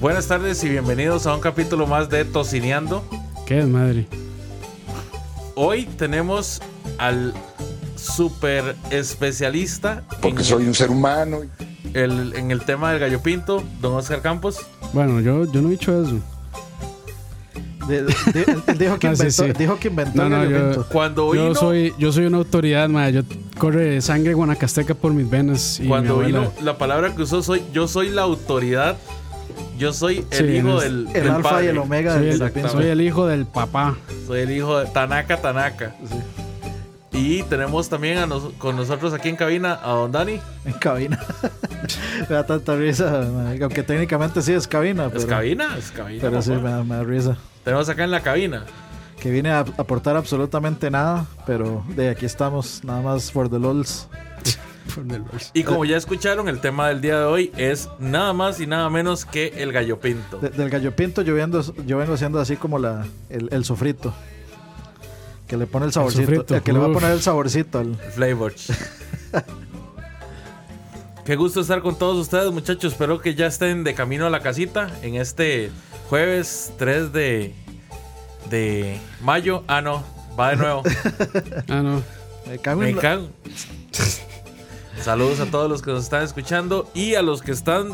Buenas tardes y bienvenidos a un capítulo más de Tocineando. Qué desmadre. Hoy tenemos al super especialista porque en, soy un ser humano. el, en el tema del gallo pinto, don Oscar Campos. Bueno, yo, yo no he dicho eso. De- de- él dijo, que No, sí, inventó, sí. dijo que inventó No, el no, yo- elemento. Cuando hoy Yo soy, yo soy una autoridad, madre. Yo corre sangre guanacasteca por mis venas. Y cuando mi abuela. vino la palabra que usó soy yo soy la autoridad, yo soy el Sí, hijo no es- del, El del alfa y padre. el omega soy, del el, serpiente. soy el hijo del papá. Soy el hijo de Tanaka Tanaka. Y tenemos también a nos- con nosotros aquí en cabina a don Dani. en cabina. me da tanta risa, man, aunque técnicamente sí es cabina. Pero, es cabina, es cabina. Pero sí, me papá. da, me da risa. tenemos acá en la cabina. Que viene a aportar absolutamente nada, pero de aquí estamos, nada más for the lols. Y como ya escucharon, el tema del día de hoy es nada más y nada menos que el gallo pinto. De- del gallo pinto yo, viendo- yo vengo haciendo así como la, el, el sofrito. Que le pone el saborcito. El, sofrito, que le va a uf. poner el saborcito al, Flavor. Qué gusto estar con todos ustedes, muchachos. Espero que ya estén de camino a la casita en este jueves 3 de, de mayo. Ah, no, va de nuevo. Ah, no. me cago Me en la- cago. Saludos a todos los que nos están escuchando y a los que están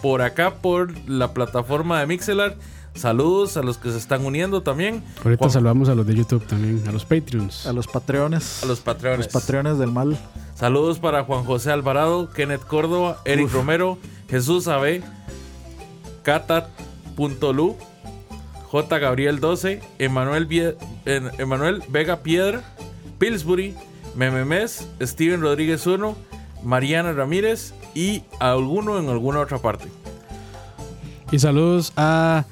por acá por la plataforma de Mixelar. Saludos a los que se están uniendo también. Ahorita Juan- saludamos a los de YouTube también, a los Patreons. a los patreones. a los patrones. patreones del mal. Saludos para Juan José Alvarado, Kenneth Córdoba, Eric Romero, Jesús AB, Cata.lu, J. Gabriel 12, Emanuel, Vie- en- Emanuel Vega Piedra, Pillsbury, Mememes, Steven Rodríguez 1, Mariana Ramírez y a alguno en alguna otra parte. Y saludos a.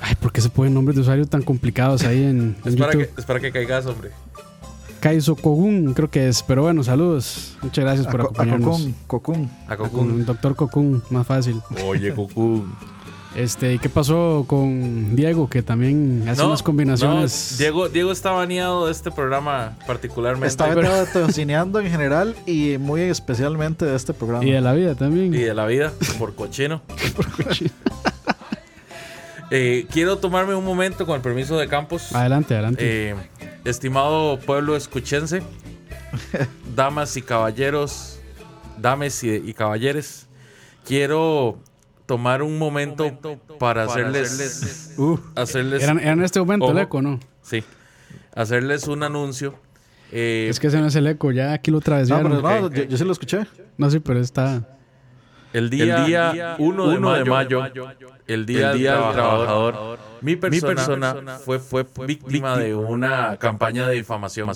Ay, ¿por qué se ponen nombres de usuarios tan complicados ahí en, en Es para, que, YouTube? es para que caigas, hombre. Kaizo Kogun, creo que es. Pero bueno, saludos. Muchas gracias A, por co- a acompañarnos. Cocún, Cocún. A Con Cocoon. el doctor Cocoon, más fácil. Oye, Cocoon. Este, ¿y qué pasó con Diego? Que también hace unas combinaciones. no, Diego, Diego está baneado de este programa particularmente. Está vetado de tocineando en general y muy especialmente de este programa. Y de la vida también. y de la vida por cochino. Eh, quiero tomarme un momento con el permiso de Campos. Adelante, adelante. Eh, estimado pueblo escuchense, damas y caballeros, dames y, y caballeres, quiero tomar un momento, para, hacerles, Uh, hacerles Eran, eran en este momento Ojo. Eh, el eco, ¿no? sí, hacerles un anuncio. Eh, Es que ese no es el eco, ya aquí lo no, travesaron. pero No, no, ok, ok. Yo, yo sí lo escuché. sí, pero está. El día, 1 de, mayo, el día, del trabajador, mi persona, fue, fue víctima de una campaña de difamación.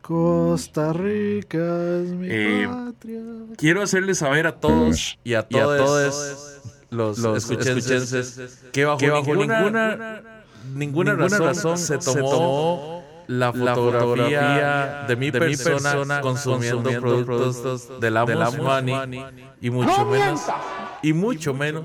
Costa Rica es mi Eh, patria. Quiero hacerles saber a todos y a todos los, los escuchenses, que bajo, ninguna, ninguna, razón, se tomó, la fotografía de mi persona, consumiendo, productos, del Amos, Money, y mucho menos y mucho menos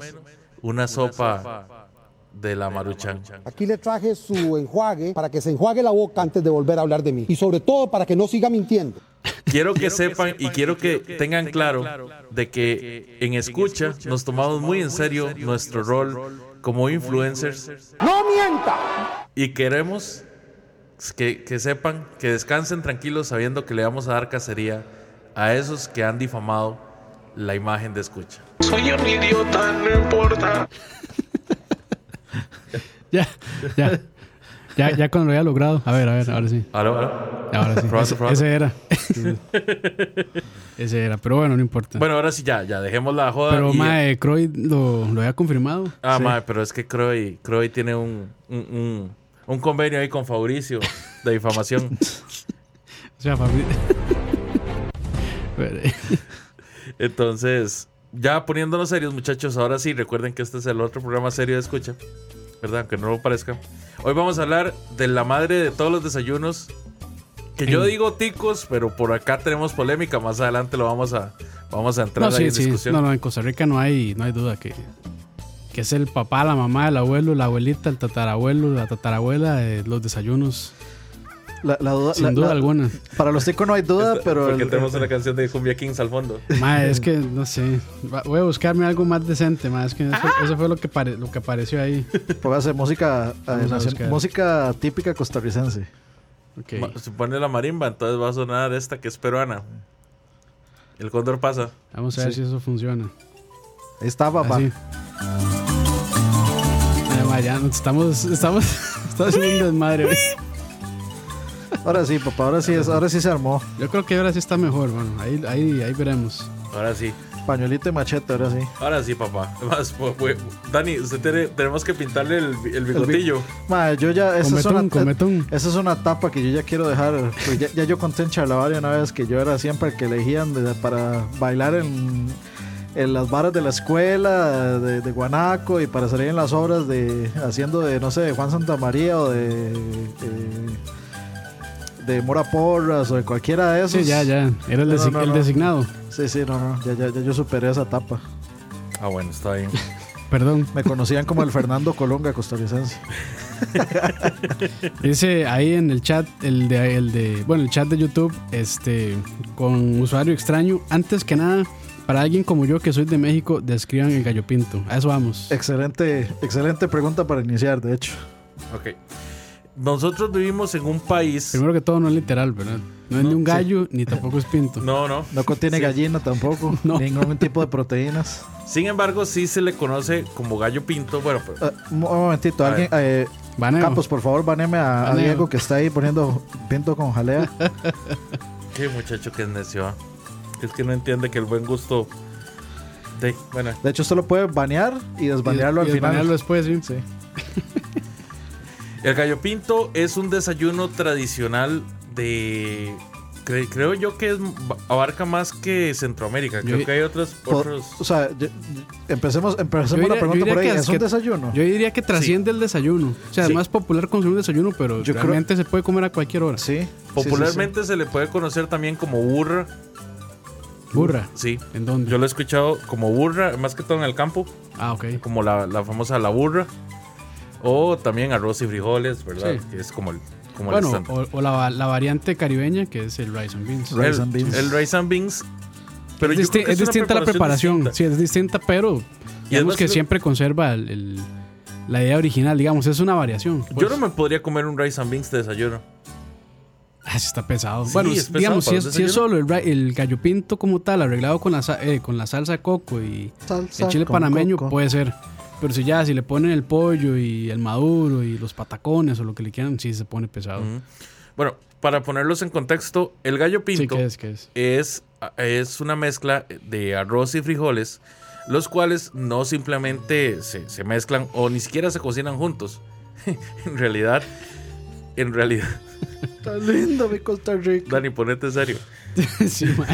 una sopa de la maruchan. Aquí le traje su enjuague para que se enjuague la boca antes de volver a hablar de mí. Y sobre todo para que no siga mintiendo. Quiero que sepan y quiero que tengan claro de que en escucha nos tomamos muy en serio nuestro rol como influencers. ¡No mienta! Y queremos que, que sepan, que descansen tranquilos sabiendo que le vamos a dar cacería a esos que han difamado la imagen de escucha. Soy un idiota, no importa. ya, ya. Ya, ya cuando lo haya logrado. A ver, a ver, ahora sí. Aló, aló. Ahora sí. Probate, Ese- probate. Ese era. Ese era, pero bueno, no importa. Bueno, ahora sí ya, ya dejemos la joda. pero y- Mae, Croy lo, lo había confirmado. Ah, mae, pero es que Croy, Croy tiene un, un, un- un convenio ahí con Fabricio de difamación. O sea, Fabri- Pero, eh, Entonces, ya poniéndonos serios, muchachos, ahora sí, recuerden que este es el otro programa serio de escucha, ¿verdad? Aunque no lo parezca. Hoy vamos a hablar de la madre de todos los desayunos. Que yo digo ticos, pero por acá tenemos polémica. Más adelante lo vamos a, vamos a entrar no, ahí sí, en sí. discusión. No, no, en Costa Rica no hay, no hay duda que, que es el papá, la mamá, el abuelo, la abuelita, el tatarabuelo, la tatarabuela, eh, los desayunos. La, la duda, Sin la- duda la- alguna. Para los ticos no hay duda, pero. Porque el- tenemos una canción de Cumbia Kings al fondo. Mae, es que no sé. Va- Voy a buscarme algo más decente, mae. Es que eso, eso fue lo que, pare- lo que apareció ahí. Póngase música, eh, Vamos a nacion- buscar. música típica costarricense. Ok. Ma- Se pone la marimba, entonces va a sonar esta que es peruana. El cóndor pasa. Vamos a ver si eso funciona. Ahí está, papá. Así. Ay, mae, ya nos estamos, estamos, estamos haciendo un desmadre. güey. Ahora sí, papá, ahora sí, es- ahora sí se armó. Yo creo que ahora sí está mejor, bueno. Ahí, ahí, ahí veremos. Ahora sí, Pañuelito y machete, ahora sí. ahora sí, papá. Más, pues, pues, Dani, usted tiene- tenemos que pintarle el, el bigotillo. Ma, yo ya. Esa es, Cometón, una, eh, cometón. esa es una etapa que yo ya quiero dejar. Pues ya, ya yo conté en Charlavaria una vez que yo era siempre el que elegían de- para bailar en, en las barras de la escuela, de, de Guanaco, y para salir en las obras de. haciendo de, no sé, de Juan Santa María o de. eh, de Mora Porras o de cualquiera de esos. Sí, ya, ya. Era el, No, desi- no, el no. designado. Sí, sí, no, no. Ya, ya, ya yo superé esa etapa. Ah, bueno, está bien. Perdón. Me conocían como el Fernando Colonga costarricense. Dice ahí en el chat, el de, el de, bueno, el chat de YouTube, este, con usuario extraño. Antes que nada, para alguien como yo que soy de México, describan el gallo pinto. A eso vamos. Excelente, excelente pregunta para iniciar, de hecho. Ok. Nosotros vivimos en un país. Primero que todo, no es literal, ¿verdad? No es ni un gallo, ni tampoco es pinto. No, no. No contiene gallina tampoco, No. ningún tipo de proteínas. Sin embargo, sí se le conoce como gallo pinto. Bueno, pero- Eh, un momentito, alguien, eh, Baneo. Campos, por favor, baneme a, a Baneo. Diego que está ahí poniendo pinto con jalea. qué muchacho que es necio. ah. Es que no entiende que el buen gusto. De, bueno, De hecho, usted lo puede banear y desbanearlo Y- al y final. banearlo después, sí. Sí. El gallo pinto es un desayuno tradicional de. cre- creo yo que es- abarca más que Centroamérica. Creo Yo- que hay otros. Por- otros o sea, yo- empecemos, empecemos Yo la diría- yo pregunta diría por ahí. que ¿Es es un que- desayuno? Yo diría que trasciende el desayuno. O sea, Sí. es más popular consumir un desayuno, pero Yo creo- realmente se puede comer a cualquier hora. sí. popularmente se le puede conocer también como burra. Burra. Sí. ¿En dónde? Yo lo he escuchado como burra, más que todo en el campo, Ah, ok. como la, la famosa la burra. O también arroz y frijoles, ¿verdad? Sí. Que es como el, como el Bueno, estándar. o, o la, la variante caribeña, que es el rice and beans. Rice and El, beans. el rice and beans. Pero es yo disti- creo que es una distinta la preparación. distinta. Sí, es distinta, pero digamos más que lo- siempre conserva el- el- la idea original. Digamos, es una variación. Yo pues. no me podría comer un rice and beans de desayuno. Ah, sí está pesado. Sí, bueno, es pesado digamos, si para es, un si es desayuno. solo el, ra- el gallo pinto como tal, arreglado con la, sa- eh, con la salsa de coco y el chile panameño, pues. puede ser. Pero si ya, si le ponen el pollo y el maduro y los patacones o lo que le quieran, sí se pone pesado. Ujú. Bueno, para ponerlos en contexto, el gallo Sí, pinto que es, que es. es, es una mezcla de arroz y frijoles, los cuales no simplemente se, se mezclan o ni siquiera se cocinan juntos. en realidad, en realidad, Está lindo mi Costa Rica. Dani, ponete serio. Sí, ma.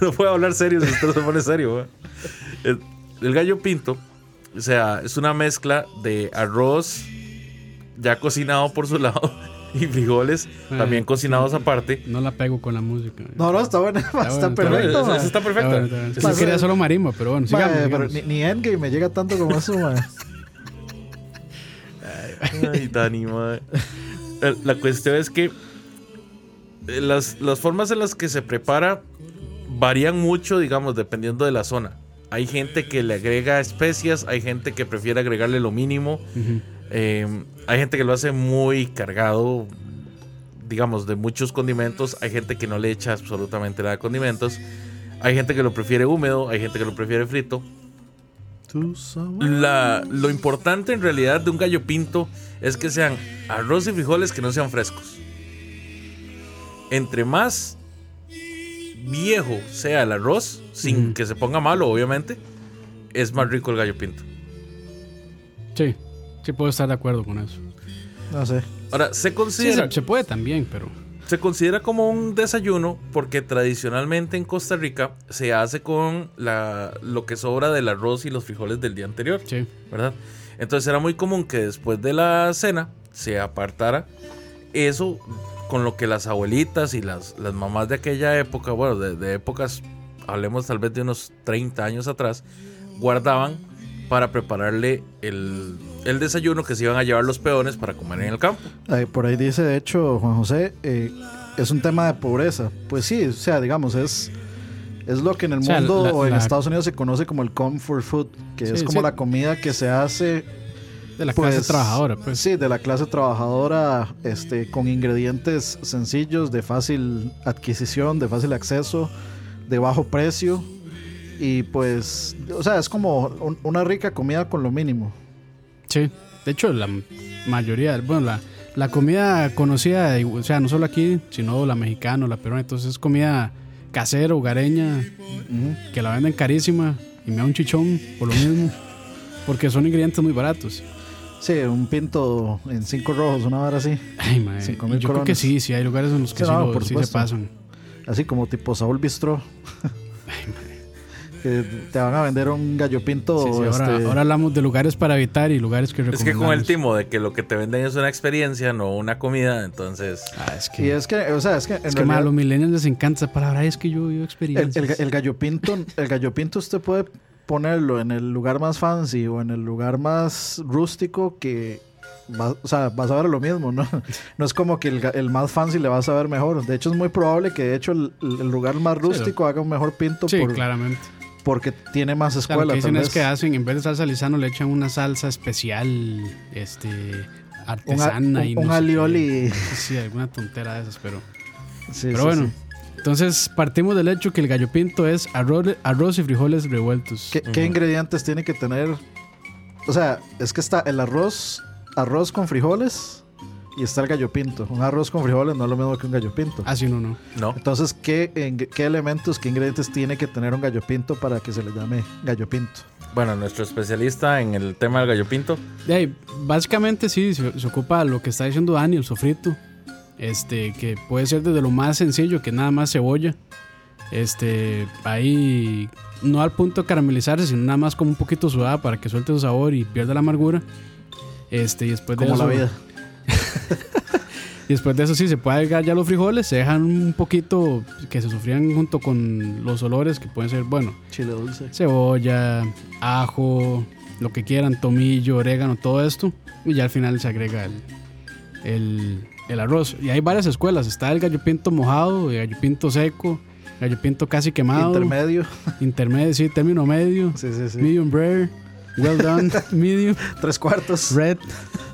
No puedo hablar serio si usted no se pone serio. ma. El, el gallo pinto, o sea, es una mezcla de arroz ya cocinado por su lado y frijoles también cocinados aparte. no la pego con la música. No, no, está bueno, está, bueno, perfecto. Eso- ma. eso está perfecto. Está bueno, está bueno. Eso Yo es- quería solo marimba, pero bueno, Ma, sigamos. eh, pero sigamos. ni, ni Endgame me llega tanto como eso, ma. Ay, Dani, madre. Eh, La cuestión es que eh, las, las formas en las que se prepara varían mucho, digamos, dependiendo de la zona. Hay gente que le agrega especias, hay gente que prefiere agregarle lo mínimo. Ujú. Eh, hay gente que lo hace muy cargado, digamos, de muchos condimentos. Hay gente que no le echa absolutamente nada de condimentos. Hay gente que lo prefiere húmedo, hay gente que lo prefiere frito. La- lo importante en realidad de un gallo pinto es que sean arroz y frijoles que no sean frescos. Entre más viejo sea el arroz, sin Ujú. que se ponga malo, obviamente, es más rico el gallo pinto. Sí, sí puedo estar de acuerdo con eso. No sé. Ahora, se Sí, considera, se, se puede también, pero. Se considera como un desayuno porque tradicionalmente en Costa Rica se hace con la, lo que sobra del arroz y los frijoles del día anterior, Sí. ¿verdad? Entonces era muy común que después de la cena se apartara eso con lo que las abuelitas y las, las mamás de aquella época, bueno, de, de épocas, hablemos tal vez de unos 30 años atrás, guardaban para prepararle el, el desayuno que se iban a llevar los peones para comer en el campo. Ahí- por ahí dice, de hecho, Juan José, eh, es un tema de pobreza. Pues sí, o sea, digamos, es, es lo que en el O sea, mundo la- o en la- Estados Unidos se conoce como el comfort food, que es Sí, como sí. la comida que se hace De la pues, clase trabajadora, pues. Sí, de la clase trabajadora, este, con ingredientes sencillos, de fácil adquisición, de fácil acceso, de bajo precio. Y pues, o sea, es como un- una rica comida con lo mínimo. Sí, de hecho la mayoría, bueno, la, la comida conocida, y- o sea, no solo aquí, sino la mexicana, la peruana, entonces es comida casera, hogareña, que la venden carísima y me da un chichón por lo mismo, porque son ingredientes muy baratos. Sí, un pinto en cinco rojos, una vara así. Ay, madre, Cinco y mil yo creo que colones. sí, sí, hay lugares en los que Sí, sí, no, lo- por sí se supuesto. pasan. Así como tipo Saúl Bistró. que te van a vender un gallo pinto. Sí, sí, ahora, este, ahora hablamos de lugares para evitar y lugares que Es recomendamos. que con el timo de que lo que te venden es una experiencia, no una comida, entonces... Ah, es Y que, es que, o sea, es que. en es que realidad- ma, a los millennials les encanta esa palabra, es que yo vivo El, experiencias. el, ga- el gallo pinto, el gallo pinto usted puede ponerlo en el lugar más fancy o en el lugar más rústico que va- o sea, vas a ver lo mismo, ¿no? No es como que el, ga- el más fancy le va a saber mejor. De hecho, es muy probable que de hecho el, el lugar más rústico haga un mejor pinto sí, por- claramente. porque tiene más O sea, lo escuela. que dicen tal es que vez. hacen, en vez de salsa lisano, le echan una salsa especial, este, un, a- artesana un- y no un sé qué. alioli. Sí, alguna tontera de esas, pero, Sí, pero sí, bueno. sí. Entonces, partimos del hecho que el gallo pinto es arroz, arroz y frijoles revueltos. ¿Qué, qué ingredientes tiene que tener? O sea, es que está el arroz, arroz con frijoles y está el gallo pinto. Un arroz con frijoles no es lo mismo que un gallo pinto. Ah, sí, no, no. No. Entonces, ¿qué, en- ¿qué elementos, qué ingredientes tiene que tener un gallo pinto para que se le llame gallo pinto? Pues Bueno, nuestro especialista en el tema del gallo pinto. De ahí, básicamente sí, se, se ocupa lo que está diciendo Dani, el sofrito. Este, que puede ser desde lo más sencillo, que es nada más cebolla. Este, ahí no al punto de caramelizarse, sino nada más como un poquito sudada para que suelte su sabor y pierda la amargura. Este, y después de Como la eso- vida. Y después de eso sí, se puede agregar ya los frijoles, se dejan un poquito que se sufrían junto con los olores que pueden ser, bueno, Chile dulce. cebolla, ajo, lo que quieran, tomillo, orégano, todo esto. Y ya al final se agrega el, el- el arroz. Y hay varias escuelas, está el gallo pinto mojado, el gallo pinto seco, gallo pinto casi quemado, Intermedio. intermedio, sí, término medio, Sí, sí, sí. medium rare, well done, medium, Tres cuartos. red.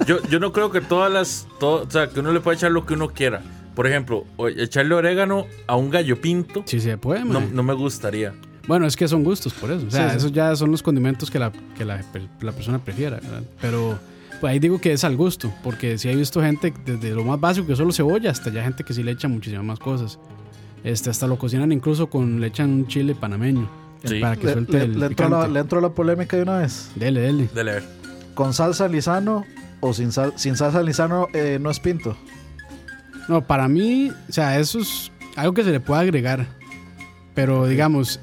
Yo, yo no creo que todas las. to- o sea, que uno le pueda echar lo que uno quiera. Por ejemplo, o- echarle orégano a un gallo pinto Si se puede, no, mae. no me gustaría. Bueno, es que son gustos, por eso. O sea, Sí, sí. esos ya son los condimentos que la, que la, la persona prefiera, ¿verdad? Pero pues, ahí digo que es al gusto, porque sí he visto gente desde lo más básico, que solo cebolla, hasta ya gente que sí le echa muchísimas más cosas. Este, hasta lo cocinan incluso con, le echan un chile panameño Sí. para que Le, suelte le- el le entró la, picante. le entró la polémica de una vez. Dele, dele. De leer. ¿Con salsa lisano o sin, sal- sin salsa lisano eh, no es pinto? No, para mí, o sea, eso es algo que se le puede agregar. Pero digamos,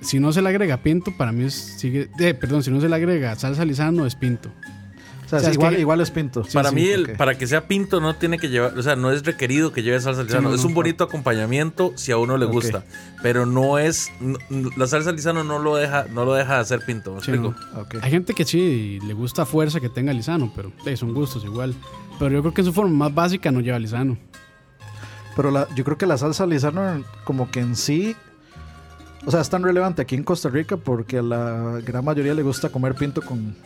si no se le agrega pinto, para mí es, sigue, eh, perdón, si no se le agrega salsa lisano, es pinto. O sea, O sea, sí, es igual, que- igual es pinto. para Sí, mí, sí, el, ok. para que sea pinto, no tiene que llevar. O sea, no es requerido que lleve salsa lisano. no, es no, un bonito acompañamiento si a uno le Ok. gusta. Pero no es. n- n- la salsa lisano no lo deja, no lo deja de hacer pinto. ¿me Sí, explico? no. Ok. Hay gente que sí le gusta fuerza que tenga lisano, pero eh, son gustos igual. Pero yo creo que en su forma más básica no lleva lisano. Pero la- yo creo que la salsa Lizano, como que en sí, O sea, es tan relevante aquí en Costa Rica porque a la gran mayoría le gusta comer pinto con,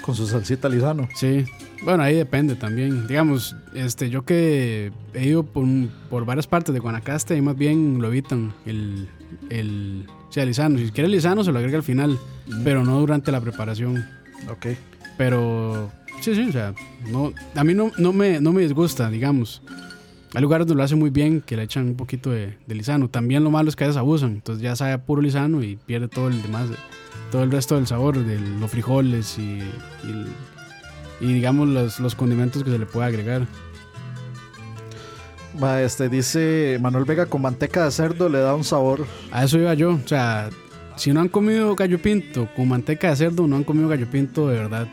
con su salsita lisano. Sí. Bueno, ahí depende también. Digamos, este, yo que he ido por, por varias partes de Guanacaste y más bien lo evitan el, el, o sea, lisano. Si quiere lisano se lo agrega al final, pero no durante la preparación. Ok. Pero sí, sí, o sea, no, a mí no, no, me, no me disgusta, digamos. Hay lugares donde lo hacen muy bien, que le echan un poquito de, de lisano. También lo malo es que a veces abusan, entonces ya sabe a puro lisano y pierde todo el demás, todo el resto del sabor, de los frijoles y, y el- y, digamos los, los condimentos que se le puede agregar. Va, este, dice Manuel Vega con manteca de cerdo le da un sabor. A eso iba yo, o sea, si no han comido gallo pinto con manteca de cerdo, no han comido gallo pinto de verdad.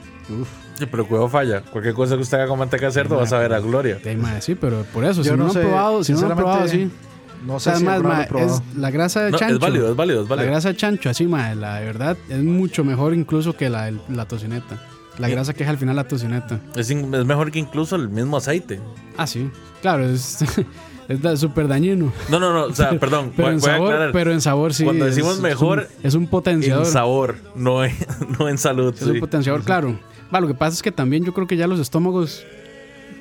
Sí, pero cuidado falla. Cualquier cosa que usted haga con manteca de cerdo vas a ver a Gloria. De ahí, mae, sí, pero por eso, Yo si no, no han sé, probado, si no lo han probado, sí. sinceramente, No O sea, sé si más, alguna vez mae, lo he probado. es la grasa de No, chancho. es válido, es válido, es La válido. grasa de chancho, así, mae, la de verdad, es mucho mejor incluso que la, del- la tocineta. La Sí. grasa que es al final la tocineta. Es, in- es mejor que incluso el mismo aceite. Ah, sí. Claro, es es da- súper dañino. No, no, no. O sea, perdón. Pero, voy, en voy a sabor, aclarar. pero en sabor sí. Cuando decimos es- es mejor, un- es un, potenciador. en sabor, no en, no en salud. Es un sí. potenciador, claro. Va, lo que pasa es que también yo creo que ya los estómagos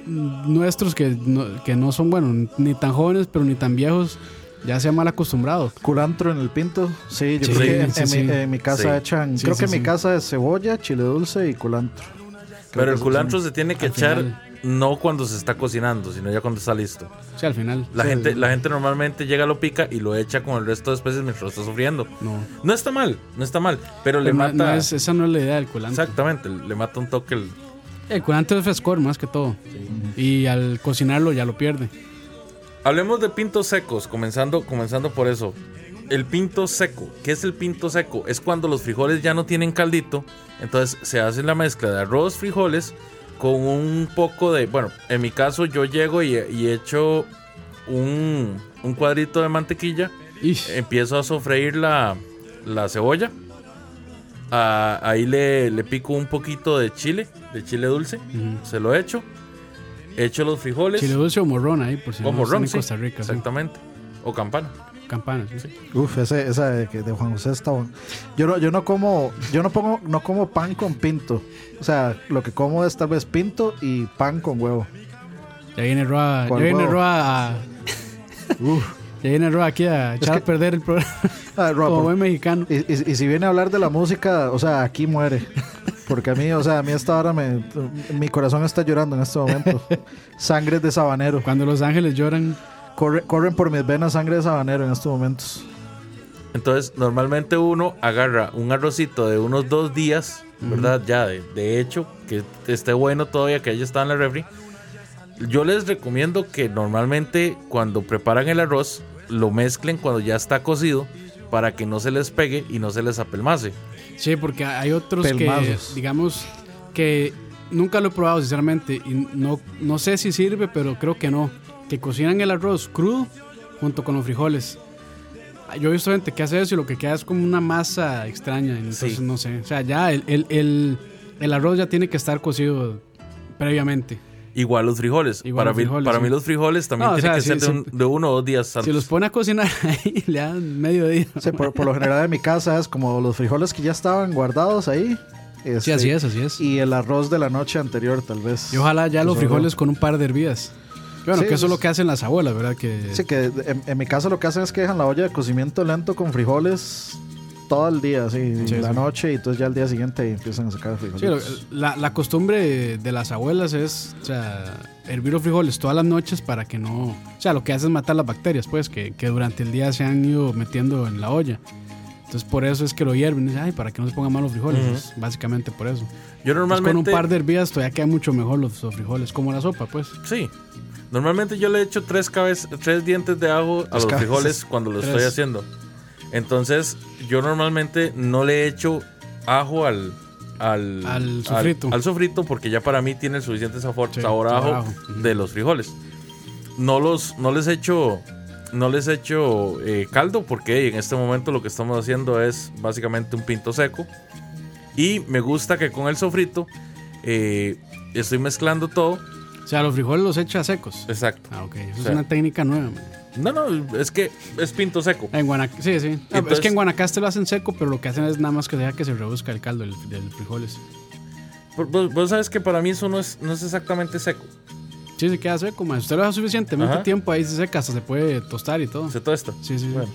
mm, nuestros que no, que no son, bueno, ni tan jóvenes, pero ni tan viejos, ya se han mal acostumbrado. Culantro en el pinto. Sí, yo Sí, creo que sí, en, sí. mi, en mi casa Sí. echan. Sí, creo sí, que en sí. mi casa es cebolla, chile dulce y culantro. Pero el culantro se tiene que Al echar final. no cuando se está cocinando, sino ya cuando está listo. O sea, al final. La, Sí, gente, la gente normalmente llega, lo pica y lo echa con el resto de especies mientras lo está sufriendo. No. No está mal, no está mal, pero, le Pero Pues no- mata. no es- esa no es la idea del culantro. Exactamente, le mata un toque. el- El culantro es frescor más que todo. Y al cocinarlo ya lo pierde. Hablemos de pintos secos, comenzando, comenzando por eso. El pinto seco, ¿qué es el pinto seco? Es cuando los frijoles ya no tienen caldito, entonces se hace la mezcla de arroz, frijoles, con un poco de, bueno, en mi caso yo llego y, y echo un, un cuadrito de mantequilla, Y empiezo a sofreír la, la cebolla, Ah, ahí le, le pico un poquito de chile, de chile dulce, se lo echo, echo los frijoles. chile dulce o morrón ahí, por si O no morrón, están en sí. Costa Rica. sí. Exactamente. O campana. Campana, sí. Uf, ese, esa de, que- de Juan José está bueno. Yo no, yo no como, yo no pongo, no como pan con pinto. O sea, lo que como es tal vez pinto y pan con huevo. Ya viene Roa, ya ¿Cuál viene huevo? Roa, a- Uf. ya viene Roa aquí a echar a que- perder el programa Ah, Roa, como por- buen mexicano. y, y- y si viene a hablar de la música, o sea, aquí muere. Porque a mí, o sea, a mí hasta ahora me, mi corazón está llorando en este momento. Sangre de sabanero. Cuando los ángeles lloran, Corre- corren por mis venas sangre de sabanero en estos momentos. Entonces, normalmente uno agarra un arrocito de unos dos días, ¿verdad? Ya de, de hecho, que esté bueno todavía, que haya estado en la refri. Yo les recomiendo que normalmente cuando preparan el arroz, lo mezclen cuando ya está cocido para que no se les pegue y no se les apelmace. sí, porque hay otros Pelmazos. que, digamos, que nunca lo he probado, sinceramente, y no, no sé si sirve, pero creo que no. Que cocinan el arroz crudo junto con los frijoles. Yo he visto gente que hace eso y lo que queda es como una masa extraña, entonces Sí. no sé. O sea, ya el, el, el, el arroz ya tiene que estar cocido previamente. Igual los frijoles. Igual para los mí, frijoles, para sí. mí los frijoles también No, o tienen sea, que sí, ser de, sí. un- de uno o dos días Si antes. los pone a cocinar ahí, le dan mediodía. O sea, por, por lo general de mi casa es como los frijoles que ya estaban guardados ahí. este, Sí, así es, así es. Y el arroz de la noche anterior, tal vez. Y ojalá ya los Pues, ojalá. frijoles con un par de hervidas. Bueno, Sí, que eso es pues- lo que hacen las abuelas, ¿verdad? Que Sí, que en, en mi casa lo que hacen es que dejan la olla de cocimiento lento con frijoles todo el día, así, Sí, la sí. noche, y entonces ya al día siguiente empiezan a sacar frijoles. Sí, lo- la, la costumbre de las abuelas es, o sea, hervir los frijoles todas las noches para que no... O sea, lo que hace es matar las bacterias, pues, que, que durante el día se han ido metiendo en la olla. Entonces, por eso es que lo hierven. Dicen, Ay, para que no se pongan mal los frijoles. Pues, básicamente por eso. Yo Entonces, con un normalmente... par de hervidas todavía quedan mucho mejor los, los frijoles, como la sopa, pues. Sí. Normalmente yo le echo tres, cabez- tres dientes de ajo a Tres los cabezas. frijoles cuando lo estoy Tres. haciendo. Entonces, yo normalmente no le echo ajo al. Al, Al sofrito. al sofrito, porque ya para mí tiene el suficiente sabor, Sí, sabor a sabor a ajo ajo. Ujú. de los frijoles. No, los, no les echo. No les echo eh, caldo porque en este momento lo que estamos haciendo es básicamente un pinto seco. Y me gusta que con el sofrito eh, estoy mezclando todo. O sea, los frijoles los echa secos. Exacto. Ah, ok. Eso O sea, es una técnica nueva. man. No, no, es que es pinto seco. En Guanac sí, sí. Ah, Entonces- es que en Guanacaste lo hacen seco, pero lo que hacen es nada más que deja que se reduzca el caldo del, del frijoles. Pero Vos, vos sabes que para mí eso no es, no es exactamente seco. Sí, se queda seco, mae. Usted lo deja suficientemente Ajá. tiempo ahí, se seca, hasta se puede tostar y todo. Se tosta. Sí, sí, sí. Bueno.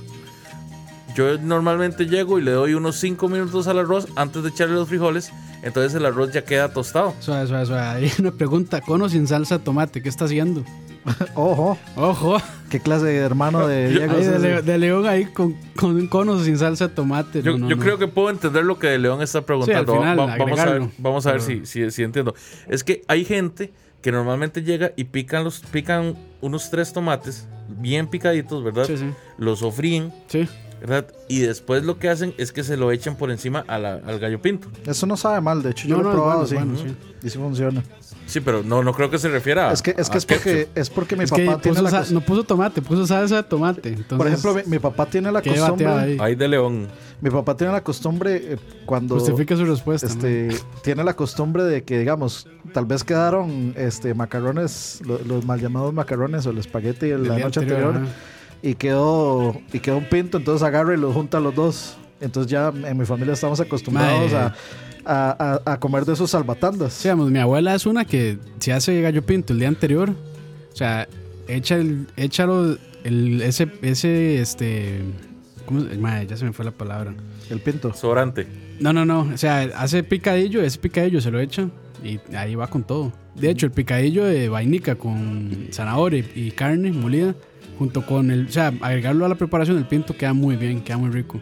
Yo normalmente llego y le doy unos 5 minutos al arroz antes de echarle los frijoles. Entonces el arroz ya queda tostado. Suave, suave, suave. Hay una pregunta, ¿con o sin salsa de tomate? ¿Qué está haciendo? Ojo, Ojo. qué clase de hermano de Diego. Ahí es de, ese. Le- de León ahí con, con, con o sin salsa de tomate. Yo, No, no, yo no. creo que puedo entender lo que León está preguntando. Sí, al final, vamos a ver, agregarlo. vamos a ver si, si- si entiendo. Es que hay gente que normalmente llega y pican, los, pican unos tres tomates bien picaditos, ¿verdad? Sí, sí. Los sofríen, Sí. ¿verdad? Y después lo que hacen es que se lo echan por encima a la- al gallo pinto. Eso no sabe mal, de hecho, yo No, lo he no, probado, es sí. bueno, es bueno, Y sí funciona. Sí, pero no, no creo que se refiera a. es que es, que a es porque, ketchup. es porque mi es que papá tiene puso la sa- costumbre. no puso tomate, puso salsa de tomate. Entonces, Por ejemplo, mi, mi papá tiene la qué bateada costumbre. ahí. Ay, de León. Mi papá tiene la costumbre eh, cuando. Justifica su respuesta. mae. este, tiene la costumbre de que, digamos, tal vez quedaron este, macarrones, lo- los, mal llamados macarrones o el espagueti de Del la día noche anterior, ajá. y quedó y quedó un pinto, entonces agarra y los junta los dos. Entonces ya en mi familia estamos acostumbrados Mae. a, a- a- a comer de esos salvatandas. Sí, digamos, mi abuela es una que se hace gallo pinto el día anterior. O sea, echa el, échalo el, ese, ese, este, ¿cómo se- madre, ya se me fue la palabra. El pinto. Sobrante. No, no, no. O sea, hace picadillo, ese picadillo se lo echa y ahí va con todo. De hecho, el picadillo de vainica con zanahoria y carne molida, junto con el, o sea, agregarlo a la preparación del pinto queda muy bien, queda muy rico.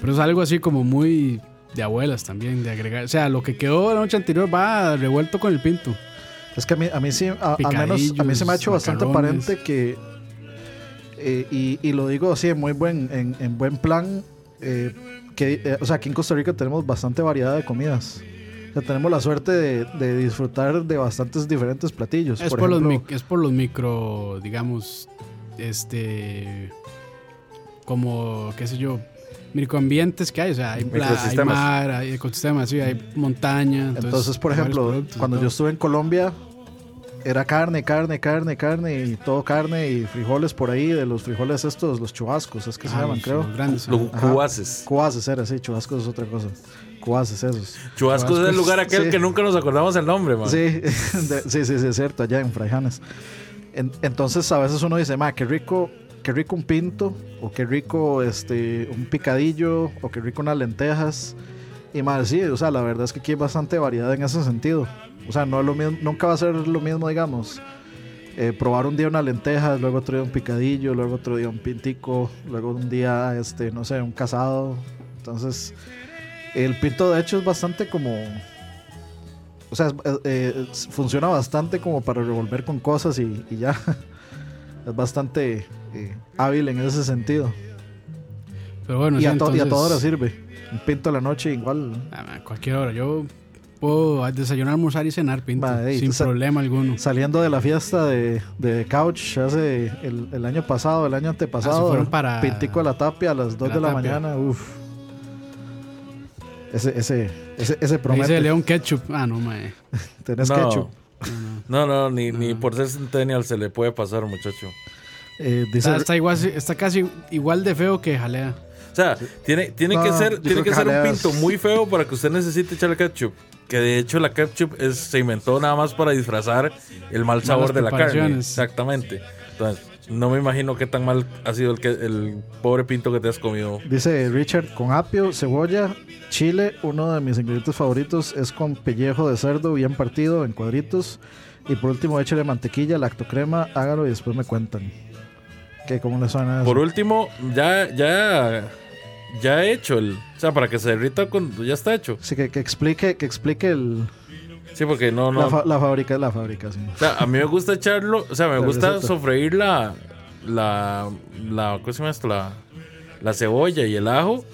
Pero es algo así como muy de abuelas también, de agregar. O sea, lo que quedó la noche anterior va revuelto con el pinto. Es que a mí, a mí sí, a, al menos a mí se me ha hecho bastante Picadillos, aparente que, eh, y, y lo digo así, en muy buen, en, en buen plan, eh, que, eh, o sea, aquí en Costa Rica tenemos bastante variedad de comidas. O sea, tenemos la suerte de, de disfrutar de bastantes diferentes platillos. Es por, los, Pues, ejemplo, mic- es por los micro, digamos, este, como, qué sé yo, microambientes que hay, o sea, hay, pla- hay Microsistemas. mar, hay ecosistemas, sí, hay montaña. Entonces, Entonces, por hay varios ejemplo, productos y cuando todo. yo estuve en Colombia, era carne, carne, carne, carne, y todo carne, y frijoles por ahí, de los frijoles estos, los chubascos, es que se Ah, llaman, los- creo. los grandes, Lo ajá. cuaces. Cuaces era, assim, é sí, chubascos es otra cosa. Cuaces esos. Chubascos es el lugar aquel Sí. que nunca nos acordamos el nombre, man. Sí, de- sí, sí, sí, es cierto, allá en Fraijanes. En- entonces a veces uno dice, ma, qué rico, qué rico un pinto, o qué rico este, un picadillo, o qué rico unas lentejas. Y más, sí, o sea, la verdad es que aquí hay bastante variedad en ese sentido. O sea, no es lo mismo, nunca va a ser lo mismo, digamos. eh, probar un día una lenteja, luego otro día un picadillo, luego otro día un pintico, luego un día, este, no sé, un casado. Entonces, el pinto de hecho es bastante como, o sea, es- eh, eh, es- funciona bastante como para revolver con cosas y, y ya. Es bastante eh, hábil en ese sentido. Pero bueno, y, sí, a to- y a entonces, toda hora sirve. Un pinto a la noche igual. ah, man, cualquier hora, yo puedo desayunar, almorzar y cenar, pinto, Madre, sin tú sa- problema alguno. Saliendo de la fiesta de, de Couch hace el, el año pasado, el año Ah, se antepasado, fueron para- pintico a la tapia a las 2 la de la tapia. mañana. Uf. Ese, ese, ese, Me ese Dice promete. León Ketchup. Ah, no, mae. Tenés no. ketchup. No, no, ni, ni por ser centennial se le puede pasar, muchacho. Eh, dice, Está, está igual, está casi igual de feo que jalea. O sea, tiene, tiene No, que no, ser, yo tiene creo que que ser un jaleas. pinto muy feo para que usted necesite echarle ketchup. Que de hecho la ketchup es- se inventó nada más para disfrazar el mal sabor de la carne. preparaciones. Exactamente. Entonces, no me imagino qué tan mal ha sido el, que, el pobre pinto que te has comido. Dice Richard, con apio, cebolla, chile, uno de mis ingredientes favoritos es con pellejo de cerdo bien partido en cuadritos. Y por último, échale mantequilla, lactocrema, hágalo y después me cuentan. ¿Qué, ¿Cómo le suena eso? Por último, ya, ya, ya he hecho el. O sea, para que se derrita cuando ya está hecho. Sí, que, que explique, que explique el- Sí, porque no, no. la, fa- la fábrica la fábrica. sí. O sea, a mí me gusta echarlo, o sea, me La gusta receta. sofreír la, la, la, ¿cómo se llama esto? La, la cebolla y el ajo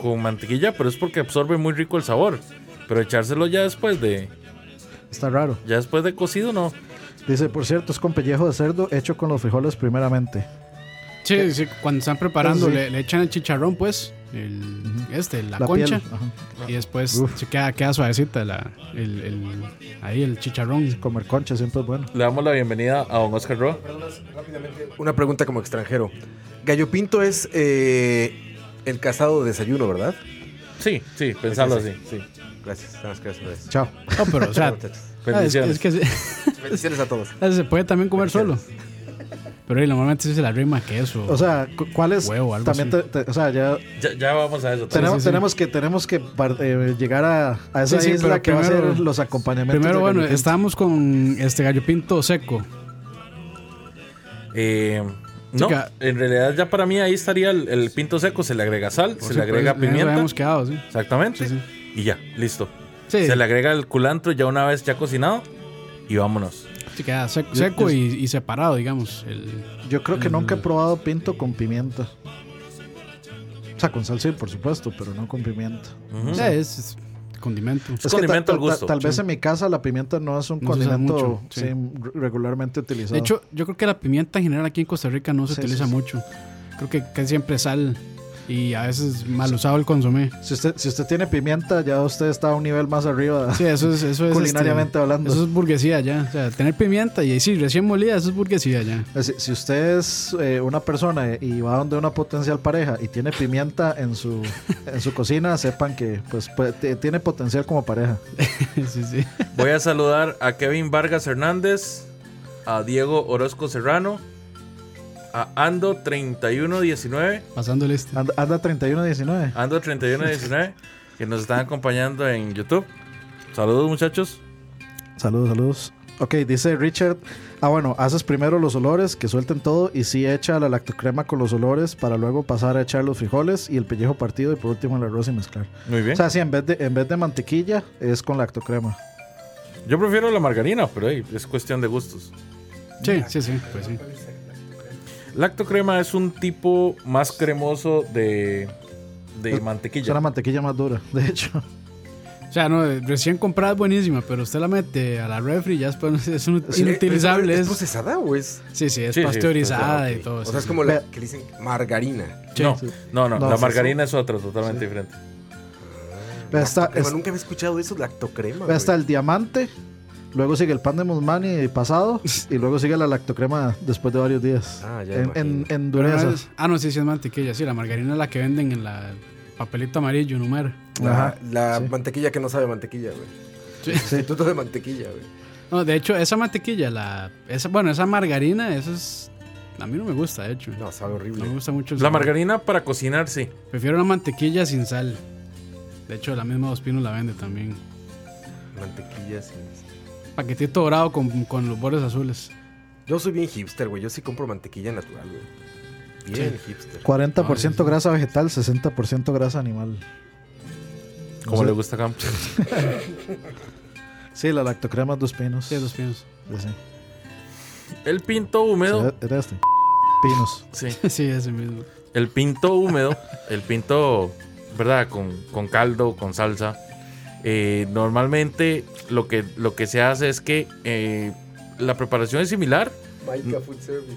con mantequilla, pero es porque absorbe muy rico el sabor. Pero echárselo ya después de, Está raro. ya después de cocido, no. Dice, por cierto, es con pellejo de cerdo hecho con los frijoles primeramente. Sí, sí, cuando están preparando, le, le echan el chicharrón, pues, el, este, la, La piel, concha. ajá. Y después se queda, queda suavecita la, el, el- ahí el chicharrón. Comer concha siempre es bueno. Le damos la bienvenida a don Oscar Roa. Una pregunta como extranjero. Gallo Pinto es eh, el casado de desayuno, ¿verdad? Sí, sí, pensarlo Sí, así. sí, Sí. Gracias, nada más quería saber eso. Chao. No, pero, o sea, Muchachos, ah, es, Bendiciones. es que se, Bendiciones a todos. se puede también comer solo. Pero y normalmente sí se la rima queso. O sea, cu- ¿cuál es? Oh. Huevo, algo también así. te- te- o sea, ya ya, ya vamos a eso. también. tenemos, sí. tenemos que tenemos que par- eh, llegar a, a esa Sí, sí, isla pero que va primero- a ser los acompañamientos. Primero, de bueno, Galipinto. estábamos con este gallo pinto seco. Eh, no, Chica. en realidad ya para mí ahí estaría el, el pinto seco, se le agrega sal, se Por le si- agrega por si- en eso pimienta. habíamos quedado, sí. Exactamente. Sí, Y ya, listo. Sí, Se le agrega el culantro ya una vez ya cocinado y vámonos. sí queda seco, seco y, y separado, digamos. El, Yo creo que Mm. nunca he probado pinto con pimienta. O sea, con salsa, sí, por supuesto, pero no con pimienta. Ujú. Sí, es, es condimento. Es que condimento ta- al ta- gusto, Tal vez sí. en mi casa la pimienta no es un No se usa condimento mucho, sí, sí. re- regularmente utilizado. De hecho, yo creo que la pimienta en general aquí en Costa Rica no se Sí, utiliza sí, sí. mucho. Creo que casi siempre es sal y a veces mal usado el consomé. si usted, si usted tiene pimienta, ya usted está a un nivel más arriba. Sí, eso es. Eso es Culinariamente este, hablando. Eso es burguesía ya. O sea, tener pimienta y sí, recién molida, eso es burguesía ya. Si, si usted es eh, una persona y va donde una potencial pareja y tiene pimienta en su, en su cocina, sepan que pues, puede- t- tiene potencial como pareja. sí, sí. Voy a saludar a Kevin Vargas Hernández, a Diego Orozco Serrano, a Ando 3119, Pasando el este. Anda, anda 31-19. Ando 3119, que nos están acompañando en YouTube. Saludos muchachos. Saludos, saludos. Ok, dice Richard. Ah, bueno, haces primero los olores, que suelten todo, y sí echa la lactocrema con los olores para luego pasar a echar los frijoles y el pellejo partido y por último el arroz y mezclar. Muy bien. O sea, sí, en vez de, en vez de mantequilla es con lactocrema. Yo prefiero la margarina, pero hey, es cuestión de gustos. Sí, sí, sí. Pues sí. Lactocrema es un tipo más cremoso de, de Es- Es una mantequilla. mantequilla más dura, de hecho. O sea, no, eh, recién comprada es buenísima, pero usted la mete a la refri y ya después es un- Sí, inutilizable. ¿Es, Es, procesada o es...? sí, sí, es Sí, sí, pasteurizada pues, y todo. O sí, sea, es sí. como la Vea. que le dicen margarina. Sí. no, no, no, No, la sí, margarina es otra, totalmente diferente. Vea, está, Lactocrema, es- Nunca había escuchado eso, lactocrema. vea, está güey. el diamante, luego sigue el pan de Musmani pasado, y luego sigue la lactocrema después de varios días. Ah, ya en, imagino. en- en Pero no dureza. es- ah, no, sí, sí es mantequilla. Sí, la margarina es la que venden en la papelito amarillo, número. La, Ajá, la sí. mantequilla que no sabe mantequilla, güey. Sí. Instituto de mantequilla, güey. No, de hecho, esa mantequilla, la, esa, bueno, esa margarina, eso es... A mí no me gusta, de hecho. No, No, sabe horrible. me gusta mucho el La sabor. margarina para cocinar, sí. Prefiero una mantequilla sin sal. De hecho, la misma Dos Pinos la vende también. Mantequilla sin... Paquetito dorado con, con los bordes azules. Yo soy bien hipster, güey. Yo sí compro mantequilla natural, güey. Bien hipster. 40% grasa vegetal, 60% grasa animal. Como Sí. le gusta a Camp. Sí, la lactocrema dos pinos. Sí, Dos Pinos. Sí. El pinto húmedo. Era- Era este. Pinos. Sí. sí, ese mismo. El pinto húmedo. El pinto, ¿verdad? Con, con caldo, con salsa. Eh, normalmente lo que, lo que se hace es que eh, la preparación es similar. Maica Food Service.